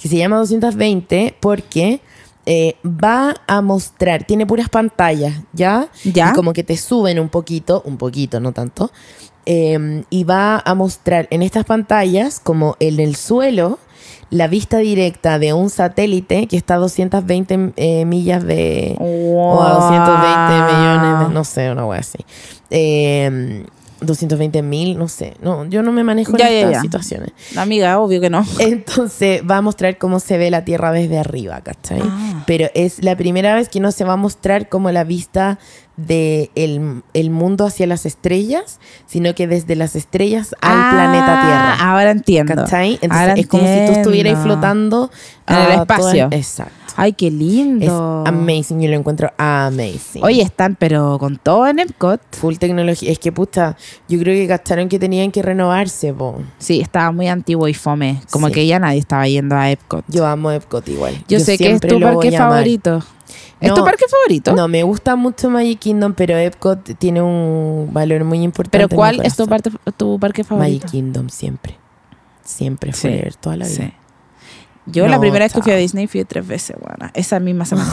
que se llama 220 porque eh, va a mostrar, tiene puras pantallas, ¿ya? Ya. Y como que te suben un poquito, un poquito, no tanto, eh, y va a mostrar en estas pantallas, como en el suelo, la vista directa de un satélite que está a 220 eh, millas de. O a 220 millones, de- no sé, una wea así. Eh, 220 mil, no sé. No, yo no me manejo Ya, en ya, estas ya. situaciones. Amiga, obvio que no. Entonces va a mostrar cómo se ve la Tierra desde arriba, ¿cachai? Ah. Pero es la primera vez que no se va a mostrar como la vista del el el mundo hacia las estrellas, sino que desde las estrellas al Ah, planeta Tierra. Ahora entiendo. ¿Cachai? Entonces Ahora es como si tú estuvieras entiendo. flotando En el a espacio. todas- Exacto. Ay, qué Es lindo. amazing, yo lo encuentro amazing. Oye, están, pero con todo en Epcot. Full tecnología. Es que puta, yo creo que gastaron que tenían que renovarse, po. Sí, estaba muy antiguo y fome. Como Sí. que ya nadie estaba yendo a Epcot. Yo, Yo amo Epcot igual. sé que es siempre tu lo parque voy a amar. favorito. ¿Es tu No, parque favorito? No, me gusta mucho Magic Kingdom, pero Epcot tiene un valor muy importante. Pero en mi ¿cuál es tu, corazón. parte, tu parque favorito? Magic Kingdom siempre. Siempre, Sí, forever, toda la vida. Sí. Yo la No, primera vez que fui a chao. Disney fui tres veces, buena. Esa misma semana.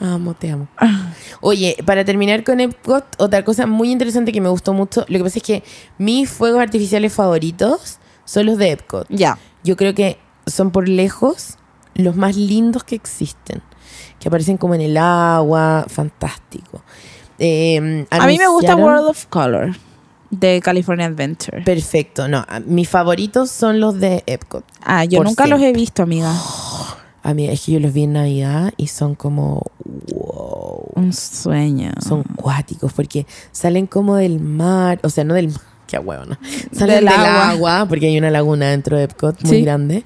Amo, te amo. Ah. Oye, para terminar con Epcot, otra cosa muy interesante que me gustó mucho. Lo que pasa es que mis fuegos artificiales favoritos son los de Epcot. ya. Yo creo que son por lejos los más lindos que existen. Que aparecen como en el agua, fantástico. Eh, A mí me gusta anunciaron- World of Color de California Adventure. Perfecto, no. a- Mis favoritos son los de Epcot. ah, yo por nunca los siempre. he visto, amiga. A mí es que yo los vi en Navidad y son como, wow, Un sueño. son cuáticos porque salen como del mar, o sea, no del mar, qué huevona. Salen Del del, agua. agua. porque hay una laguna dentro de Epcot muy Sí. grande.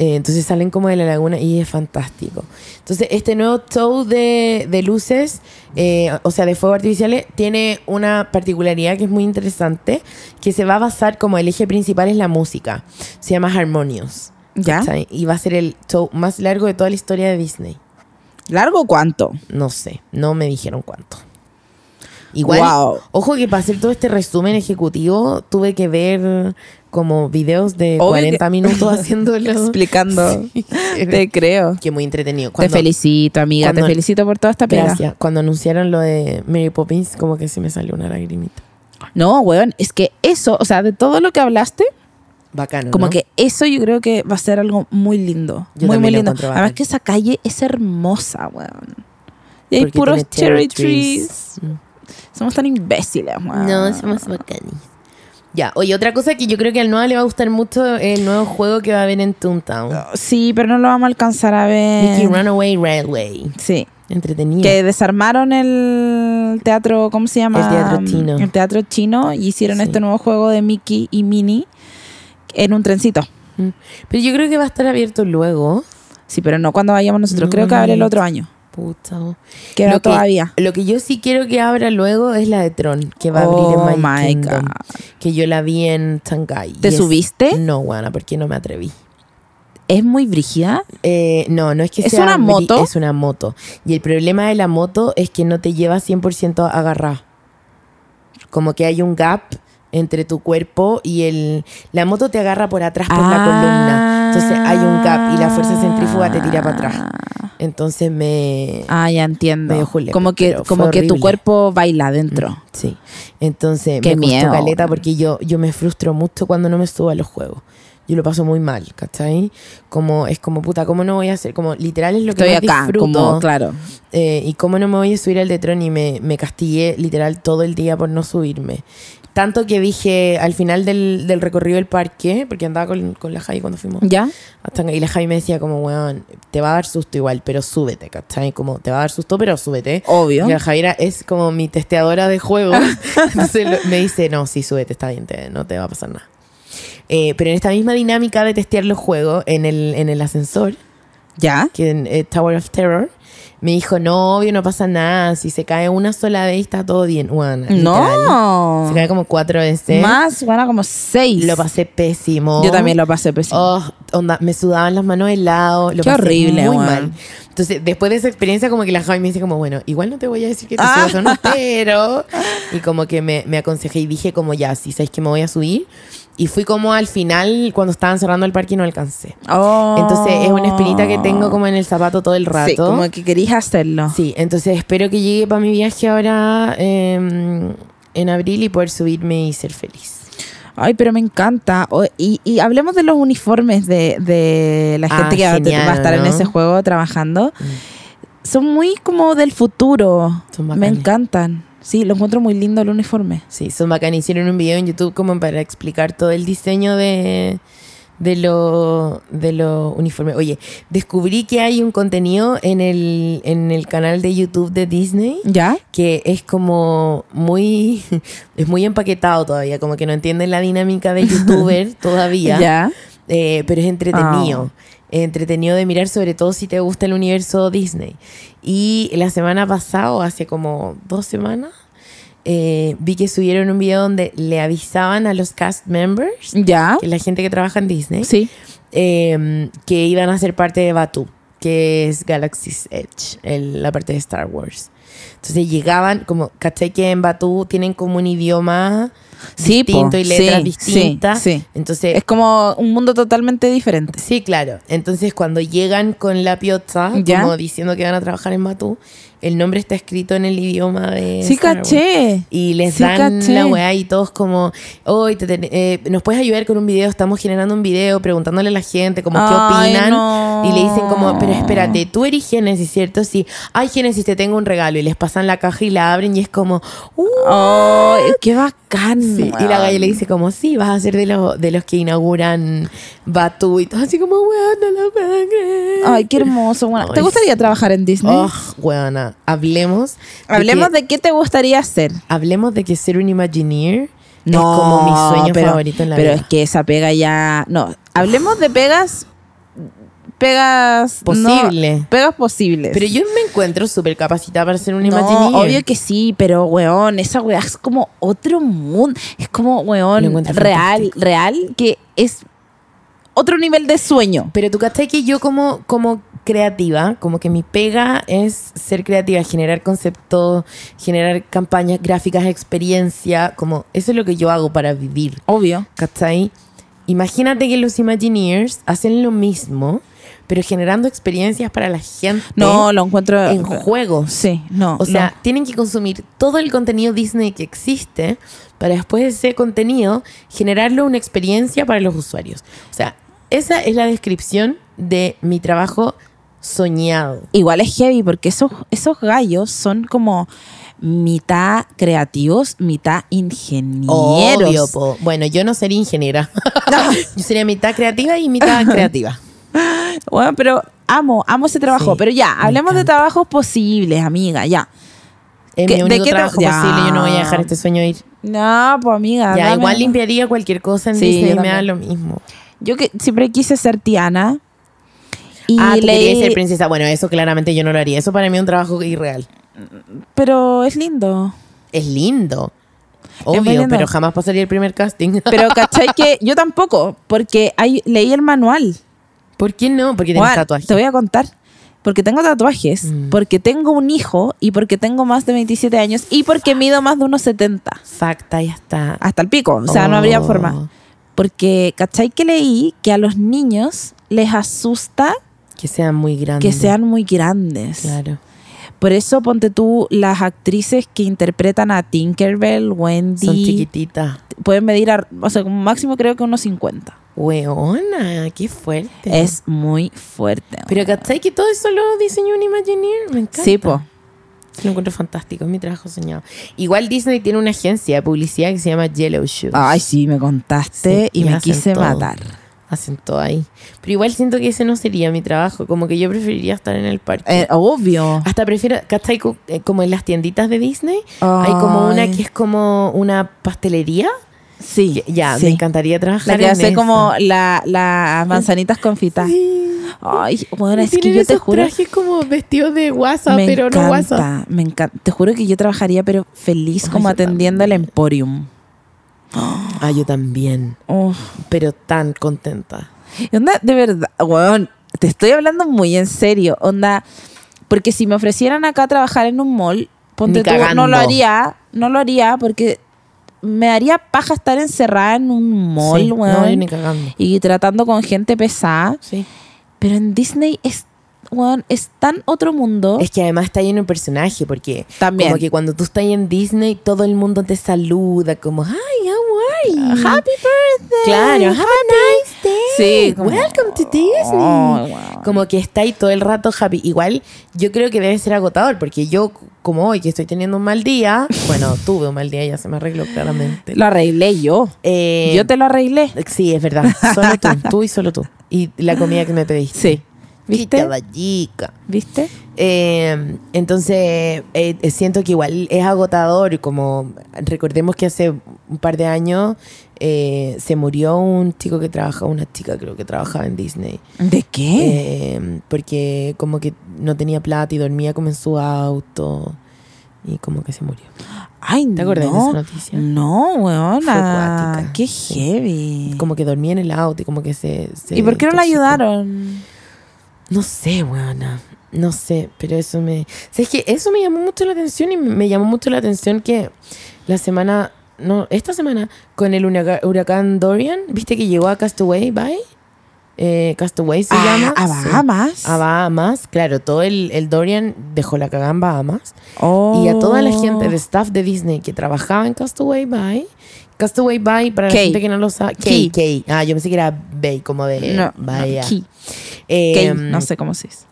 Eh, entonces salen como de la laguna y es fantástico. Entonces este nuevo show de, de luces, eh, o sea, de fuegos artificiales, tiene una particularidad que es muy interesante, que se va a basar como el eje principal es la música. Se llama Harmonious. ¿Ya? ¿cachai? Y va a ser el show más largo de toda la historia de Disney. ¿Largo cuánto? No sé, no me dijeron cuánto. Igual, Wow. ojo que para hacer todo este resumen ejecutivo tuve que ver como videos de Obvio 40 que- minutos haciéndolo. Explicando. Te creo. que muy entretenido. te felicito, amiga. cuando- te felicito por toda esta pega. Gracias. Cuando anunciaron lo de Mary Poppins, como que sí me salió una lagrimita. No, weón, es que eso, o sea, de todo lo que hablaste, Bacano. como ¿no? que eso yo creo que va a ser algo muy lindo. Yo muy, también muy lo lindo. encuentro Además bacán. que esa calle es hermosa, weón. Y hay Porque puros tiene cherry trees. Mm. Somos tan imbéciles, weón. bacanis. Mm. Ah. Ya, oye, otra cosa que yo creo que al Noah le va a gustar mucho es el nuevo juego que va a haber en Toontown. Sí, pero no lo vamos a alcanzar a ver. Mickey Runaway Railway. Sí. Entretenido. Que desarmaron el teatro, ¿cómo se llama? El teatro chino. El teatro chino y hicieron Sí. este nuevo juego de Mickey y Minnie en un trencito. Mm. Pero yo creo que va a estar abierto luego. Sí, pero no cuando vayamos nosotros. No, creo que no, abre el no. otro año. Puta. Queda Lo que- todavía. Lo que yo sí quiero que abra luego es la de Tron, que va a abrir oh en Magic my Kingdom, God. Que yo la vi en Shanghai. ¿Te Y es- subiste? No, guana, porque no me atreví. Es muy brígida. Eh, no, no es que ¿Es sea una bri- moto? Es una moto. Y el problema de la moto es que no te lleva 100% agarrada. Como que hay un gap entre tu cuerpo y el... La moto te agarra por atrás por la columna. Entonces hay un gap y la fuerza centrífuga te tira para atrás. Entonces me... Ah, ya entiendo. Medio julepe, como que, pero fue como que tu horrible. Mm. cuerpo baila adentro. Sí. Entonces Qué me costó miedo. caleta porque yo, yo me frustro mucho cuando no me subo a los juegos. Yo lo paso muy mal, ¿cachai? Como, es como, puta, ¿cómo no voy a hacer? Como, literal es lo que Estoy más acá, disfruto. como, claro. Eh, y cómo no me voy a subir al de Tron y me, me castigué literal todo el día por no subirme. Tanto que dije al final del, del recorrido del parque, porque andaba con, con la Javi cuando fuimos, ¿Ya? hasta que- y la Javi me decía como, weón, te va a dar susto igual, pero súbete, ¿cachai? Como, te va a dar susto, pero súbete. Obvio. Y la Javiera es como mi testeadora de juegos. Entonces lo- me dice, no, sí, súbete, está bien, te- no te va a pasar nada. Eh, pero en esta misma dinámica de testear los juegos en el, en el ascensor, ¿Ya? que en eh, Tower of Terror, me dijo, no, obvio, no pasa nada. Si se cae una sola vez, está todo bien. Bueno, literal. No. Se cae como cuatro veces. Más, bueno, como seis. Lo pasé pésimo. Yo también lo pasé pues pésimo. Oh, onda, me sudaban las manos helado. Lo Qué pasé horrible, Muy weón. mal. Entonces, después de esa experiencia, como que la Javi me dice como, bueno, igual no te voy a decir que te Ah. subas o no, pero... Y como que me, me aconsejé y dije como, ya, si sabes que me voy a subir. Y fui como al final, cuando estaban cerrando el parque, y no alcancé. Oh. Entonces, es una espinita que tengo como en el zapato todo el rato. Sí, como que querís hacerlo. Sí, entonces espero que llegue para mi viaje ahora eh, en, en abril y poder subirme y ser feliz. Ay, pero me encanta. O- y, y hablemos de los uniformes de, de la gente Ah, que va a- genial, va a estar en ¿no? Mm. ese juego trabajando. Son muy como del futuro. Son me bacanes. encantan. Sí, lo encuentro muy lindo el uniforme. Sí, son bacán. Hicieron un video en YouTube como para explicar todo el diseño de, de los de lo uniformes. Oye, descubrí que hay un contenido en el, en el canal de YouTube de Disney ¿Ya? que es como muy es muy empaquetado todavía, como que no entienden la dinámica de youtuber todavía. ¿Ya? Eh, pero es entretenido. Ah. Entretenido de mirar, sobre todo si te gusta el universo Disney. Y la semana pasada, o hace como dos semanas, eh, vi que subieron un video donde le avisaban a los cast members, ¿Ya? que la gente que trabaja en Disney, Sí. eh, que iban a ser parte de Batu, que es Galaxy's Edge, el- la parte de Star Wars. Entonces llegaban, como, caché que en Batu tienen como un idioma Sí, po. distinto y letras Sí, distintas. sí, sí. Entonces, Es como un mundo totalmente diferente. Sí, claro. Entonces, cuando llegan con la pioza, ¿Ya? como diciendo que van a trabajar en Matú, el nombre está escrito en el idioma de. Sí, Star Wars. caché. Y les Sí, dan caché. la weá y todos como, hoy eh, ¿nos puedes ayudar con un video? Estamos generando un video preguntándole a la gente como Ay, qué opinan. no. Y le dicen como, pero espérate, tú eres Génesis, ¿cierto? Sí, ay Génesis, te tengo un regalo. Y les pasan la caja y la abren y es como, ¡uh! Ay, qué bacán. Sí, Y la galla le dice como, sí, vas a ser de, los de los que inauguran Batu y todo así como, weón, no lo puedo creer. Ay, qué hermoso. bueno. ¿Te Ay, gustaría trabajar en Disney? Oh, weona, hablemos. Hablemos que, de qué te gustaría hacer. Hablemos de que ser un Imagineer es como mi sueño favorito en la pero vida. es que esa pega ya. No, hablemos de pegas. Pegas. Posible. no, pegas posibles. Pero yo me encuentro súper capacitada para ser un No, Imagineer. obvio que sí, pero weón, esa weá es como otro mundo. Es como Lo weón encuentro real, fantástico. real, que es otro nivel de sueño. Pero tú cachai que yo como, como creativa, como que mi pega es ser creativa, generar conceptos, generar campañas gráficas, experiencia, como eso es lo que yo hago para vivir. Obvio. ¿Cachai? Imagínate que los Imagineers hacen lo mismo, pero generando experiencias para la gente No, lo encuentro. en juegos. Sí, no. O sea, tienen que consumir todo el contenido Disney que existe para después de ese contenido generarlo una experiencia para los usuarios. O sea, esa es la descripción de mi trabajo soñado. igual es heavy porque esos, esos gallos son como mitad creativos, mitad ingenieros. Obvio, po. Bueno, yo no sería ingeniera. yo sería mitad creativa y mitad creativa. Bueno, pero amo, amo ese trabajo. Sí, pero ya, me hablemos de encanta. trabajos posibles, amiga, ya. Es ¿Qué- mi de único qué trabajo tra- posible. Yo no voy a Ya. dejar este sueño ir. No, pues amiga. Ya, dame- igual limpiaría cualquier cosa en Sí, Disney, yo me da también. lo mismo. Yo que siempre quise ser Tiana. Y ah, tú leí- querías ser princesa. Bueno, eso claramente yo no lo haría. Eso para mí es un trabajo irreal. pero es lindo. Es lindo. muy Obvio, lindo. pero jamás pasaría el primer casting. Pero cachai que yo tampoco, porque hay, leí el manual. ¿Por qué no? Porque tienes Juan, tatuaje. Mm. Te voy a contar. Porque tengo tatuajes, porque tengo un hijo y porque tengo más de 27 años y porque mido más de unos 70. Facta, ya está. Hasta el pico. O sea, no habría Oh. forma. Porque, ¿cachai que leí que a los niños les asusta Que sean muy grandes. que sean muy grandes? Claro. Por eso ponte tú las actrices que interpretan a Tinkerbell, Wendy, Son chiquititas. pueden medir, a- o sea, como máximo creo que unos 50. Weona, qué fuerte. Es muy fuerte. Pero ¿cachai que todo eso lo diseñó un Imagineer? Me encanta. Sí, po. Lo encuentro fantástico, es mi trabajo soñado. Igual Disney tiene una agencia de publicidad que se llama Yellow Shoes. Ay, sí, me contaste Sí, y y me hacen quise todo. matar. Hacen todo ahí. Pero igual siento que ese no sería mi trabajo. Como que yo preferiría estar en el parque. Eh, obvio. Hasta prefiero, ¿cachai? Co- eh, Como en las tienditas de Disney, hay como una Ay. que es como una pastelería. Sí. Que- ya, sí. me encantaría trabajar La que en hace esa. como la- las manzanitas confitas. Sí. Ay, bueno, Y es que tienen yo te esos juro. trajes como vestidos de guasa, me pero encanta, no guasa. me encanta. Te juro que yo trabajaría, pero feliz Ay, como yo atendiendo el Emporium. Ah, yo también. Uf. Pero tan contenta. Y Onda, de verdad, weón, te estoy hablando muy en serio. Onda, porque si me ofrecieran acá trabajar en un mall, ponte Ni tú, cagando. no lo haría, no lo haría porque me daría paja estar encerrada en un mall, Sí, no, weón. yo ni cagando. y tratando con gente pesada. Sí. Pero en Disney es. weón, es tan otro mundo. Es que además está lleno de personaje, porque También. como que cuando tú estás en Disney, todo el mundo te saluda, como, hi, how are you? Happy birthday. Claro, have a nice day. Sí, como- Welcome to Disney. Oh, wow. Como que está ahí todo el rato happy. Igual, yo creo que debe ser agotador, porque yo, como hoy, que estoy teniendo un mal día, bueno, tuve un mal día, ya se me arregló claramente. Lo arreglé yo. Eh, yo te lo arreglé. Sí, es verdad. Solo tú, tú y solo tú. Y la comida que me pediste. Sí. Qué ¿Viste? caballica. ¿Viste? Eh, entonces, eh, siento que igual es agotador, como recordemos que hace un par de años eh, se murió un chico que trabajaba, una chica creo que trabajaba en Disney, ¿De qué? Eh, porque como que no tenía plata y dormía como en su auto y como que se murió. Ay, ¿Te acuerdas de no. esa noticia? No, weona. Fue cuática, Qué sí. heavy. Como que dormía en el auto y como que se... se ¿Y por qué no la intoxicó. ayudaron? No sé, weona. No sé, pero eso me. ¿Sabes que Eso me llamó mucho la atención y me llamó mucho la atención que la semana. No, esta semana con el huraca- huracán Dorian, ¿viste que llegó a Castaway Bay? Eh, Castaway se Ah, llama. A Sí. Bahamas. A Bahamas, claro, todo el, el Dorian dejó la cagada en Bahamas. Oh. Y a toda la gente de staff de Disney que trabajaba en Castaway Bay. Castaway Bay, para la Key. gente que no lo sabe. Key. Key, Key. Ah, yo pensé que era Bay, como de. No, Bahía. Key. Eh, Key, no sé cómo se dice.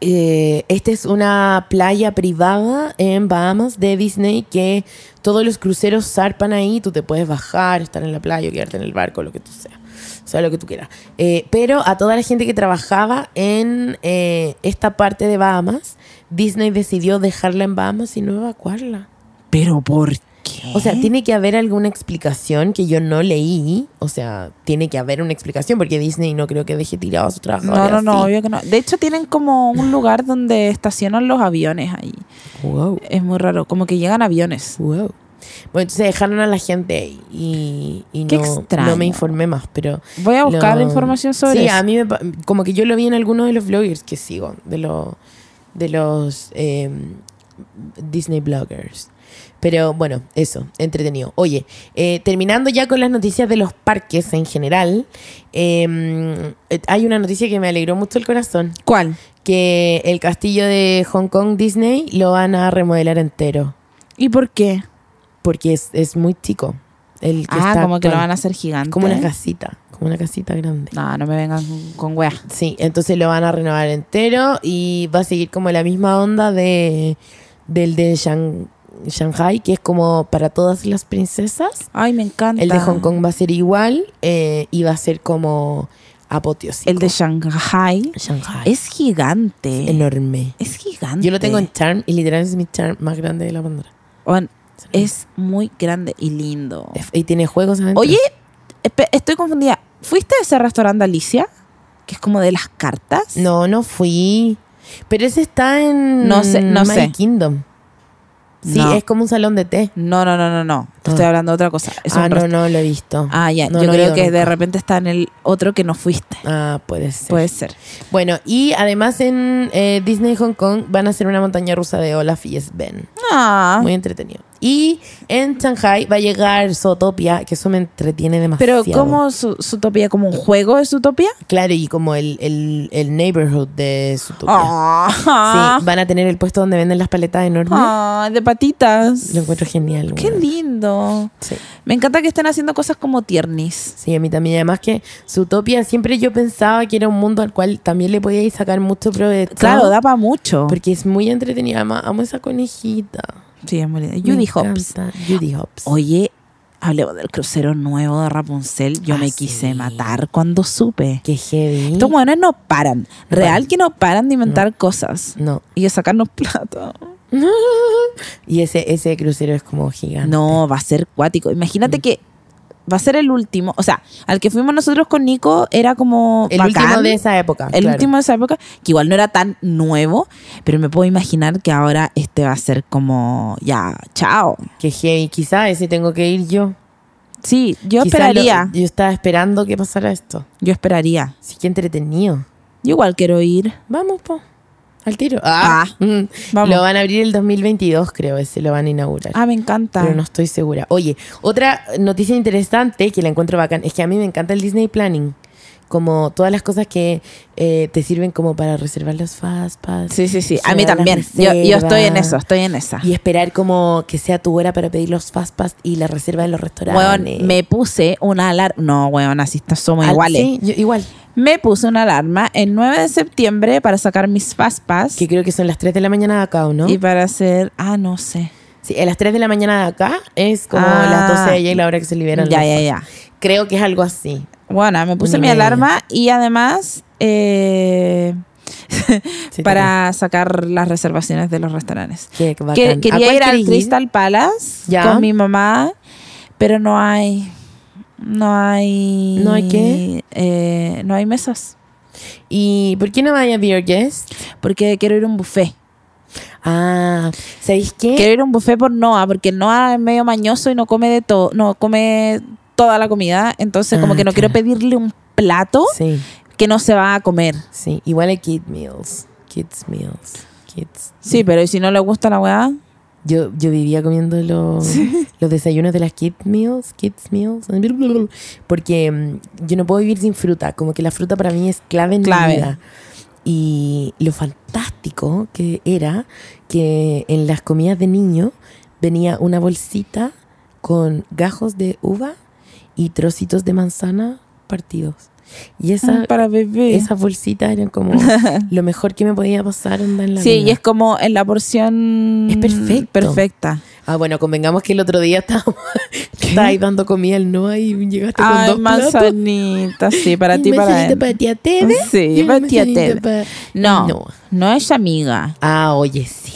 eh, esta es una playa privada en Bahamas de Disney que todos los cruceros zarpan ahí, tú te puedes bajar, estar en la playa, o quedarte en el barco, lo que tú sea, o sea, lo que tú quieras. Eh, pero a toda la gente que trabajaba en eh, esta parte de Bahamas, Disney decidió dejarla en Bahamas y no evacuarla. ¿Pero por qué? O sea, tiene que haber alguna explicación que yo no leí, o sea, tiene que haber una explicación porque Disney no creo que deje tirado a su trabajadores No, no, no, así. obvio que no. De hecho, tienen como un lugar donde estacionan los aviones ahí. Wow. Es muy raro, como que llegan aviones. Wow. Bueno, entonces dejaron a la gente ahí y, y Qué no, extraño. no me informé más, pero... Voy a buscar lo- información sobre Sí, eso. a mí me pa- como que yo lo vi en algunos de los bloggers que sigo, de, los de los eh, Disney bloggers. Pero bueno, eso, entretenido. Oye, eh, terminando ya con las noticias de los parques en general, eh, eh, hay una noticia que me alegró mucho el corazón, ¿Cuál? que el castillo de Hong Kong Disney lo van a remodelar entero ¿Y por qué? porque es, es muy chico. El que ah, está como que lo actual. van a hacer gigante. ¿eh? Como una casita, como una casita grande. No, no me vengan con weas. Sí, entonces lo van a renovar entero y va a seguir como la misma onda de del de Shang- Shanghai, que es como para todas las princesas. Ay, me encanta. El de Hong Kong va a ser igual eh, y va a ser como apoteósico. El de Shanghai. Shanghai. Es gigante. enorme. Es gigante. Yo lo tengo en charm y literalmente es mi charm más grande de la bandera. Weón, Es muy grande y lindo. Y tiene juegos adentro. Oye, espe- estoy confundida. ¿Fuiste a ese restaurante Alicia? Que es como de las cartas. No, no fui. Pero ese está en No sé, no My sé. Kingdom. Sí, No. es como un salón de té. No, no, no, no, no. Te Ah. estoy hablando de otra cosa. Es ah, un no, restaurante. no lo he visto. Ah, ya. No, Yo no he creo ido que de nunca. repente está en el otro que no fuiste. Ah, puede ser. Puede ser. Bueno, y además en eh, Disney Hong Kong van a hacer una montaña rusa de Olaf y Sven. Ah. Muy entretenido. Y en Shanghai va a llegar Zootopia, que eso me entretiene demasiado. Pero ¿cómo su, Zootopia? ¿Como un juego de Zootopia? Claro, y como el, el, el neighborhood de Zootopia. Ah. Sí, van a tener el puesto donde venden las paletas enormes. Ah, de patitas. Lo encuentro genial. Qué weón. lindo. Sí. Me encanta que estén haciendo cosas como tiernis. Sí, a mí también. Además que Zootopia siempre yo pensaba que era un mundo al cual también le podíais sacar mucho provecho. Claro, da para mucho. Porque es muy entretenida. Ama- Amo esa conejita. Sí, es muy lindo. Me Judy Hops. encanta. Judy Hops. Oye, hablemos del crucero nuevo de Rapunzel. Yo Ah, me sí. quise matar cuando supe. Qué heavy. Estos hueones no paran. Real paran. que no paran de inventar cosas. No. Y de sacarnos plata. Y ese, ese crucero es como gigante. No, va a ser cuático. Mm. Imagínate que va a ser el último. O sea, al que fuimos nosotros con Nico era como. El bacán. último de esa época. El claro. último de esa época, que igual no era tan nuevo, pero me puedo imaginar que ahora este va a ser como ya, chao. Qué heavy. Quizá ese tengo que ir yo. Sí, yo Quizá esperaría. lo- yo estaba esperando que pasara esto. Yo esperaría. Sí, que entretenido. Yo igual quiero ir. Vamos, po. Al tiro. Ah, Mm. vamos. Lo van a abrir el 2022, creo. Ese lo van a inaugurar. Ah, me encanta. Pero no estoy segura. Oye, otra noticia interesante que la encuentro bacán es que a mí me encanta el Disney Planning. como todas las cosas que eh, te sirven como para reservar los fastpass. Sí, sí, sí. A Se mí da las también. Yo, yo estoy en reservas. eso, estoy en esa. Y esperar como que sea tu hora para pedir los fastpass y la reserva en los Weón, restaurantes. me puse una alarma. No, weón, así está- somos Al- iguales. Sí, yo- igual. Me puse una alarma el 9 de septiembre para sacar mis fastpass Que creo que son las 3 de la mañana de acá, ¿o no? y para hacer. Ah, no sé. Sí, a las 3 de la mañana de acá es como Ah. las 12 de allá y la hora que se liberan. Ya, los ya, fast- ya. Creo que es algo así. Bueno, me puse Una y mi media. alarma y además eh, Sí, para sacar las reservaciones de los restaurantes. te creo. Qué Que- bacán. ¿A quería cuál ir al querís Crystal Palace Ya. con mi mamá, pero no hay. No hay. ¿No hay qué? eh, no hay mesas. ¿Y por qué no vaya a Be Our Guest? Porque quiero ir a un buffet. Ah, ¿sabéis qué? Quiero ir a un buffet por Noah, porque Noah es medio mañoso y no come de todo, no come toda la comida. Entonces, como Ah, que no quiero claro. pedirle un plato Sí, que no se va a comer. sí. Igual a Kid Meals. Kids Meals. Kids. Sí, pero ¿y si no le gusta la weá? Yo, yo vivía comiendo los, los desayunos de las Kids Meals. Kids Meals. Porque mm, yo no puedo vivir sin fruta. Como que la fruta para mí es clave en Clave. mi vida. Y lo fantástico que era que en las comidas de niño venía una bolsita con gajos de uva y trocitos de manzana partidos. Y esa, Para bebé. esas bolsitas eran como lo mejor que me podía pasar onda, en la sí, vida. y es como en la porción Es perfecto. perfecta. Ah, bueno, convengamos que el otro día estábamos estabas ahí dando comida al Noah y llegaste Ay, con dos platos. manzanita, sí, para Y ti, para manzanita él. para tía Tede. Sí, y para tía Tede. manzanita para- No, No. no, es amiga. Ah, oye, sí.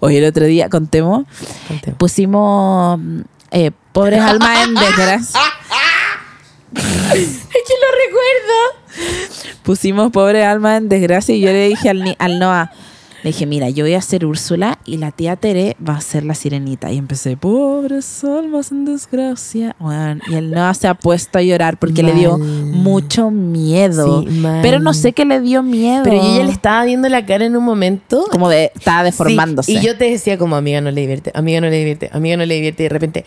Hoy el otro día contemos, Contemos. pusimos mm, eh, pobres almas en desgracia. Es que lo recuerdo. pusimos pobre alma en desgracia y yo le dije al, Ni- al Noah, le dije, mira, yo voy a ser Úrsula y la tía Tere va a ser la sirenita. Y empecé, pobres almas en desgracia. Weón, y el Noah se ha puesto a llorar porque le dio Mal. mucho miedo. Sí, mal. pero no sé qué le dio miedo. Pero yo ya le estaba viendo la cara en un momento. Como de, estaba Sí, deformándose. y yo te decía como, amiga, no le divierte, amiga, no le divierte, amiga, no le divierte. Y de repente...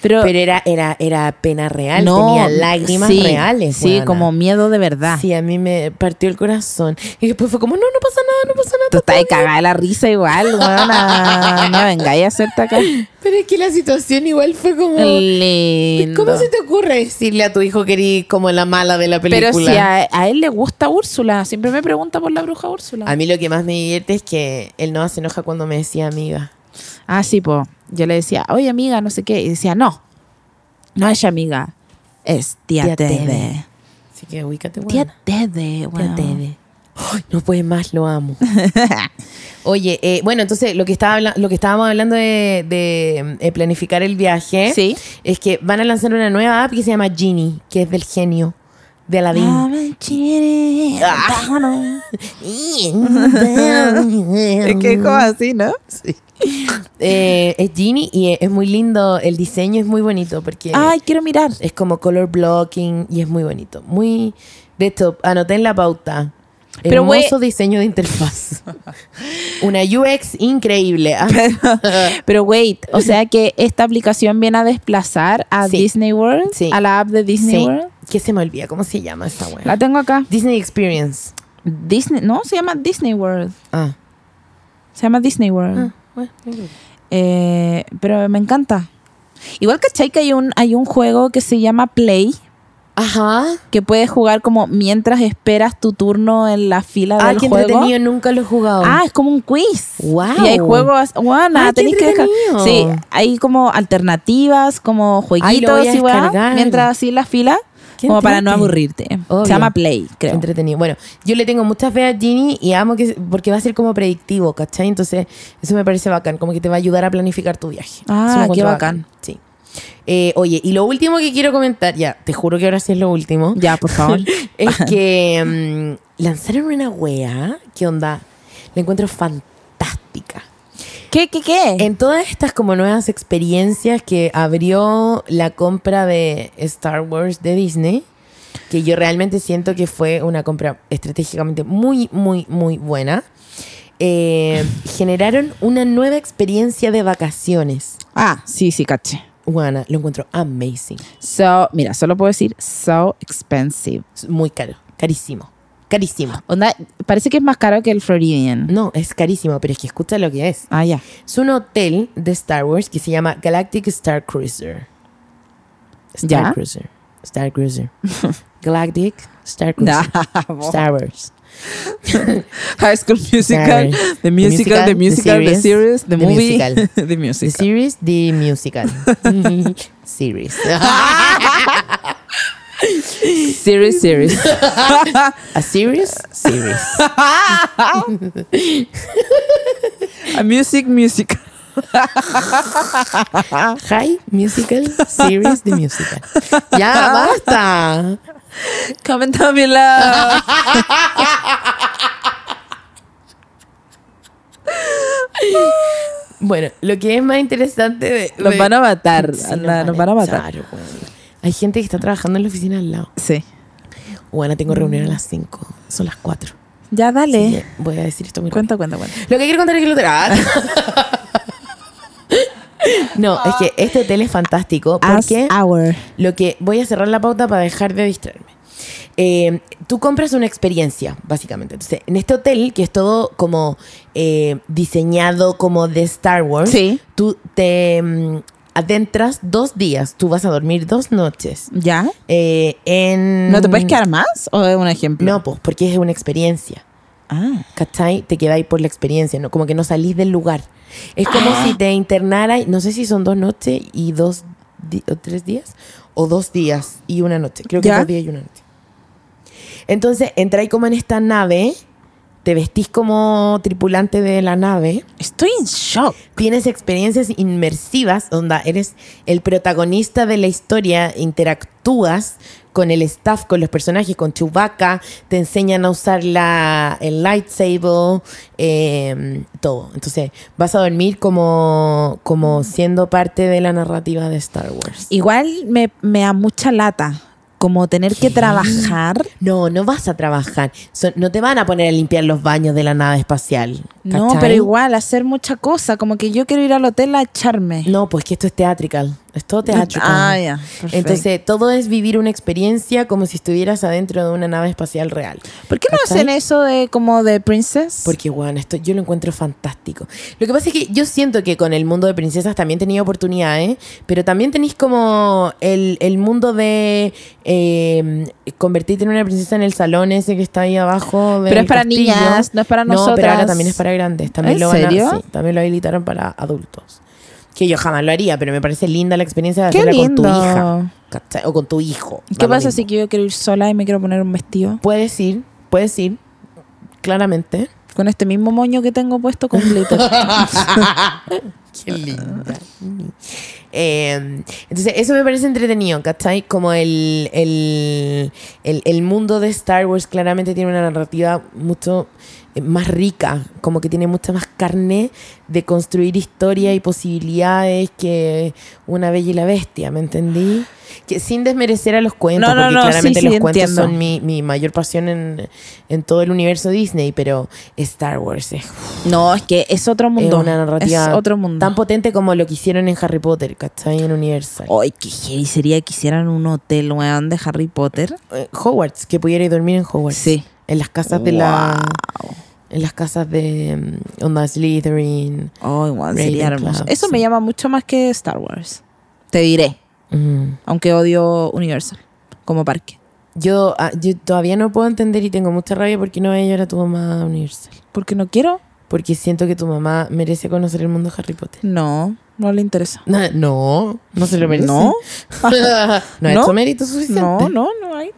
pero, Pero, era, era, era pena real, no, tenía lágrimas sí, reales. Sí, weona. como miedo de verdad. Sí, a mí me partió el corazón. Y después fue como, no, no pasa nada, no pasa nada. Tú estás cagada de la risa igual, weona. No vengáis a hacerte acá. Pero es que la situación igual fue como. Lindo. ¿Cómo se te ocurre decirle a tu hijo que eres como la mala de la película? Pero si a, a él le gusta Úrsula, siempre me pregunta por la bruja Úrsula. A mí lo que más me divierte es que él no se enoja cuando me decía amiga. Ah, sí, po. Yo le decía, oye amiga, no sé qué. Y decía, no, no es amiga, es tía, Tía Tede. Tede. Así que ubícate, Tía buena. Tede, weón. No puede más, lo amo. Oye, eh, bueno, entonces lo que, estaba habla- lo que estábamos hablando de, de, eh, planificar el viaje Sí. es que van a lanzar una nueva app que se llama Genie, que es del genio de Aladdin. I'm a cheater. Es que es como así, ¿no? Eh, es Genie y es, es muy lindo. El diseño es muy bonito porque Ay, quiero mirar. es como color blocking y es muy bonito. Muy. De hecho, anoté en la pauta. Pero, güey- Hermoso diseño de interfaz. Una UX increíble. Ah, Pero wait, o sea que esta aplicación viene a desplazar a Sí. Disney World, Sí. a la app de Disney sí. World. Que se me olvida. ¿Cómo se llama esta La wea? tengo acá. Disney Experience. Disney, no, se llama Disney World. Ah. Se llama Disney World. Eh, pero me encanta. Igual cachai que hay un, hay un juego que se llama Play, Ajá. que puedes jugar como mientras esperas tu turno en la fila Ah, del qué juego. entretenido. Nunca lo he jugado. Ah, es como un quiz. Guau. Y hay juegos, Ah, bueno, Oh. qué tenéis que dejar. entretenido. Sí, hay como alternativas, como Ay, lo voy a jueguitos y weá, descargar. mientras así la fila, Qué como para entrete. no aburrirte. Obvio. Se llama Play, creo. Entretenido. Bueno, yo le tengo muchas fe a Ginny y amo que porque va a ser como predictivo, ¿cachai? Entonces, eso me parece bacán, como que te va a ayudar a planificar tu viaje. Ah, Eso lo qué encuentro bacán. Sí. Eh, oye, y lo último que quiero comentar, ya, te juro que ahora sí es lo último, Ya, por favor. es que mm, lanzaron una wea, ¿qué onda? La encuentro fantástica. ¿Qué, qué, qué? En todas estas como nuevas experiencias que abrió la compra de Star Wars de Disney, que yo realmente siento que fue una compra estratégicamente muy, muy, muy buena, eh, generaron una nueva experiencia de vacaciones. Ah, sí, sí, caché. Guana, lo encuentro amazing. So, mira, solo puedo decir so expensive. Es muy caro, carísimo, carísimo. Onda, parece que es más caro que el Floridian. No, es carísimo, pero es que escucha lo que es. Ah, ya. Es un hotel de Star Wars que se llama Galactic Star Cruiser. Star ¿Ya? Cruiser. Star Cruiser. Galactic Star Cruiser. Star Wars. High School Musical, Star Wars. The Musical, The Musical, The Series, The the Movie, musical. The The Musical. series, the musical. series. Series, Series. A series, series. A Music, Musical. High musical, series, the musical. Ya, basta. Comenta mi love. Bueno, lo que es más interesante de... Los de- van a matar. Sí, anda, nos van a matar. echar, weón. Hay gente que está trabajando en la oficina al lado. Sí. Bueno, tengo reunión a las 5. Son las 4. Ya dale. Voy a decir esto muy rápido. Cuenta, cuenta, cuenta. Lo que quiero contar es que lo tra- No, es Ah. que este hotel es fantástico porque Hour. lo que voy a cerrar la pauta para dejar de distraerme. Eh, tú compras una experiencia, básicamente. Entonces, en este hotel, que es todo como eh, diseñado como de Star Wars, Sí. tú te mm, adentras dos días, tú vas a dormir dos noches. ¿Ya? eh, en... ¿No te puedes quedar más? ¿O es un ejemplo? No, pues porque es una experiencia. Ah. ¿Cachai? Te quedáis por la experiencia, ¿no? Como que no salís del lugar. Es como si te internara, no sé si son dos noches y dos, di- o tres días, o dos días y una noche. Creo que ¿Ya? dos días y una noche. Entonces, entráis como en esta nave, te vestís como tripulante de la nave, Estoy en shock. tienes experiencias inmersivas, onda, eres el protagonista de la historia, interactúas con el staff, con los personajes, con Chewbacca, te enseñan a usar la, el lightsaber, eh, todo. Entonces, vas a dormir como, como siendo parte de la narrativa de Star Wars. Igual me, me da mucha lata. Como tener que trabajar. No, no vas a trabajar. So- no te van a poner a limpiar los baños de la nave espacial. No, ¿cachai? pero igual, hacer mucha cosa. Como que yo quiero ir al hotel a echarme. No, pues que esto es teatrical. Es todo teatrical. Ah, ya. perfecto. Entonces, todo es vivir una experiencia como si estuvieras adentro de una nave espacial real. ¿por qué no ¿cachai? hacen eso de como de Princess? Porque, bueno, esto yo lo encuentro fantástico. Lo que pasa es que yo siento que con el mundo de princesas también tenía oportunidades, pero también tenéis como el, el mundo de eh, convertirte en una princesa en el salón ese que está ahí abajo. del Pero es para castillo. niñas, no es para No, pero ahora nosotras. también es para grandes. También ¿En lo van a- serio? sí, también lo habilitaron para adultos. Que yo jamás lo haría, pero me parece linda la experiencia de Qué hacerla con tu lindo. hija. ¿cachai? O con tu hijo. da ¿Qué lo pasa mismo. si que yo quiero ir sola y me quiero poner un vestido? Puedes ir, puedes ir, claramente. Con este mismo moño que tengo puesto con glitter. Qué Ah. linda. Eh, entonces, eso me parece entretenido, ¿cachai? Como el, el, el, el mundo de Star Wars claramente tiene una narrativa mucho eh, más rica, como que tiene mucha más carne de construir historia y posibilidades que una bella y la bestia, ¿me entendí? Que sin desmerecer a los cuentos, No, no, porque no, sí, claramente sí, los cuentos entiendo. son mi, mi mayor pasión en, en todo el universo Disney, pero Star Wars es no, es que es otro es mundo. una narrativa es otro mundo. tan potente como lo que hicieron en Harry Potter, ¿cachai? En Universal. Ay, qué heavy sería que hicieran un hotel, weón, de Harry Potter. Eh, Hogwarts, que pudiera ir a dormir en Pues Hogwarts. Sí. En las casas de la. En las casas de. mm, Onda Slytherin. Ay, weón, sería Ravenclaw, hermoso. Eso sí. me llama mucho más que Star Wars. Te diré, Mm. aunque odio Universal como parque. Yo, ah, yo todavía no puedo entender y tengo mucha rabia porque no voy a llevar a tu mamá a Universal. Porque no quiero. Porque siento que tu mamá merece conocer el mundo de Harry Potter. No, no le interesa. Na- No, no se lo merece. No. no ha No. hecho mérito suficiente. No, no, no hay.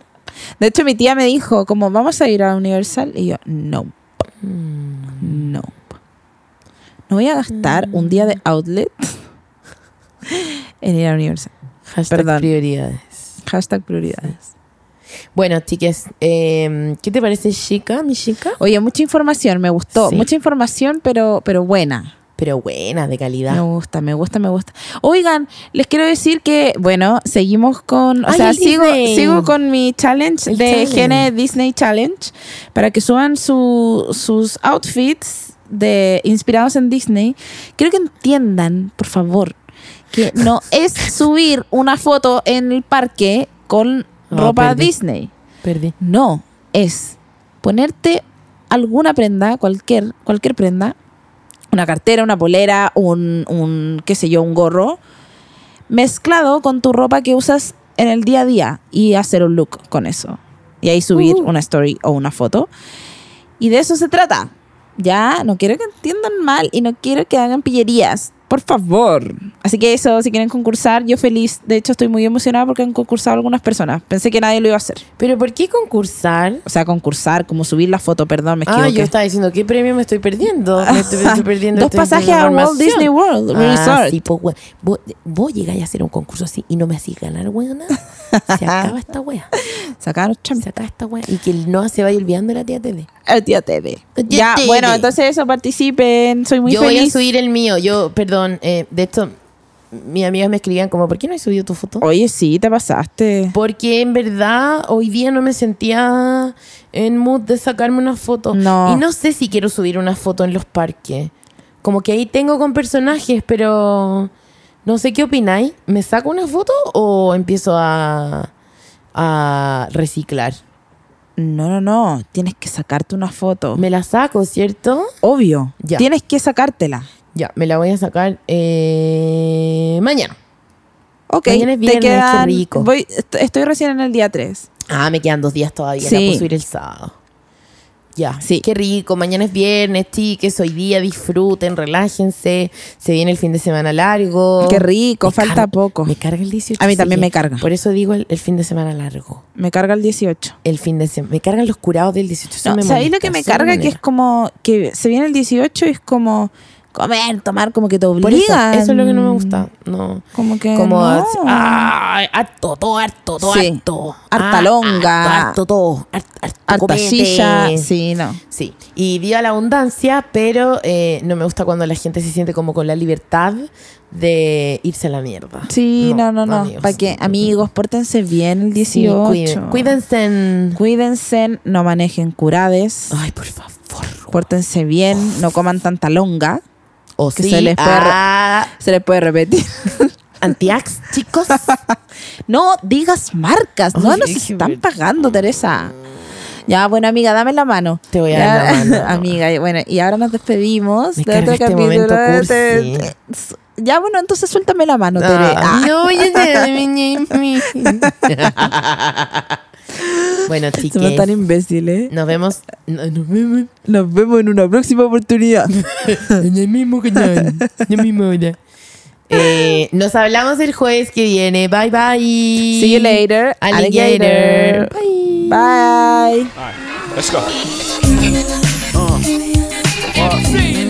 De hecho, mi tía me dijo, como, vamos a ir a Universal. Y yo, no, Mm. no. No voy a gastar un día de outlet en ir a Universal. Hashtag Perdón. prioridades. Hashtag prioridades. Bueno, chiques, eh, ¿qué te parece, chica, mi chica? Oye, mucha información, me gustó. Sí. Mucha información, pero, pero buena. Pero buena, de calidad. Me gusta, me gusta, me gusta. Oigan, les quiero decir que, bueno, seguimos con, o Ay, sea, el sigo, Disney. sigo con mi challenge El de challenge. Gene Disney Challenge para que suban su- sus outfits de inspirados en Disney, quiero que entiendan, por favor, que no es subir una foto en el parque con No, ropa perdí. Disney. Perdí. No, es ponerte alguna prenda, cualquier, cualquier prenda, una cartera, una polera, un, un, qué sé yo, un gorro, mezclado con tu ropa que usas en el día a día y hacer un look con eso. Y ahí subir una story o una foto. Y de eso se trata. Ya, no quiero que entiendan mal y no quiero que hagan pillerías. Por favor. Así que eso, si quieren concursar, yo feliz. De hecho, estoy muy emocionada porque han concursado algunas personas. Pensé que nadie lo iba a hacer. Pero ¿por qué concursar? O sea, concursar, como subir la foto, perdón, me equivoqué. Ah, yo estaba diciendo, ¿qué premio me estoy perdiendo? Me estoy, me estoy perdiendo. Dos esta pasajes a Walt información. Disney World Ah, Resort. sí, pues, weón. Vos, vos llegáis a hacer un concurso así y no me hacís ganar, weón. Se acaba esta wea. Sacaron cham- Se acaba esta wea. Y que el Noah se vaya olvidando de la tía TV. El tío TV. El tío Ya, TV. bueno, entonces eso, participen. Soy muy yo feliz. voy a subir el mío. Yo, perdón, eh, de hecho, mis amigas me escribían como, ¿por qué no has subido tu foto? Oye, sí, te pasaste. Porque en verdad hoy día no me sentía en mood de sacarme una foto. No. Y no sé si quiero subir una foto en los parques. Como que ahí tengo con personajes, pero no sé qué opináis. ¿Me saco una foto o empiezo a, a reciclar? No, no, no. Tienes que sacarte una foto. Me la saco, ¿cierto? Obvio. Ya. Tienes que sacártela. Ya, me la voy a sacar eh, mañana. Ok, Mañana es viernes, te qué quedan. rico. voy- est- estoy recién en el día 3. Ah, me quedan dos días todavía. La Sí. puedo subir el sábado. Ya. Sí. Qué rico. Mañana es viernes, chiques. Hoy día disfruten, relájense. Se viene el fin de semana largo. Qué rico, Oh, Me falta carga- poco. Me carga el 18. A mí también chiques. me carga. Por eso digo el, el fin de semana largo. Me carga el 18. El fin de semana. Me cargan los curados del 18. Eso No, me ¿Sabéis lo molesta, que me eso carga? Que molesta. es como que se viene el 18 y es como comer, tomar, como que te Por eso, obligan. eso es lo que no me gusta. No. Como que. Como no. así, ah, harto, todo harto, todo Sí. harto. Harta Ah, longa. Harto, harto todo. Harto, harto Harta copete. silla. Sí, no. Sí, y viva la abundancia, pero eh, no me gusta cuando la gente se siente como con la libertad de irse a la mierda. Sí, no, no, no. amigos. Para que, amigos, pórtense bien el Sí, 18. cuiden- cuídense. en- Cuídense, no manejen curades. Ay, por favor. Pórtense bien, no coman tanta longa. O Que sí, se les puede re- a- Se les puede repetir. antiax, chicos. No digas marcas, no Ay, nos qué están ver- pagando, Teresa. Ya, bueno, amiga, dame la mano. Te voy a Ya, dar la mano. Amiga, y bueno, y ahora nos despedimos Me de carga otro este capítulo. momento de- de- cursi. de- ya, bueno, entonces suéltame la mano, Tere. Ah. Ah, No, ya, ya, mi, mi, mi. bueno, somos chicos. tan imbéciles. Nos vemos. no- Nos vemos Nos vemos en una próxima oportunidad. en el mismo canal. En la misma hora. Eh, nos hablamos el jueves que viene. Bye bye. See you later, Alligator. alligator. Bye. Alright, let's go. Uh, uh,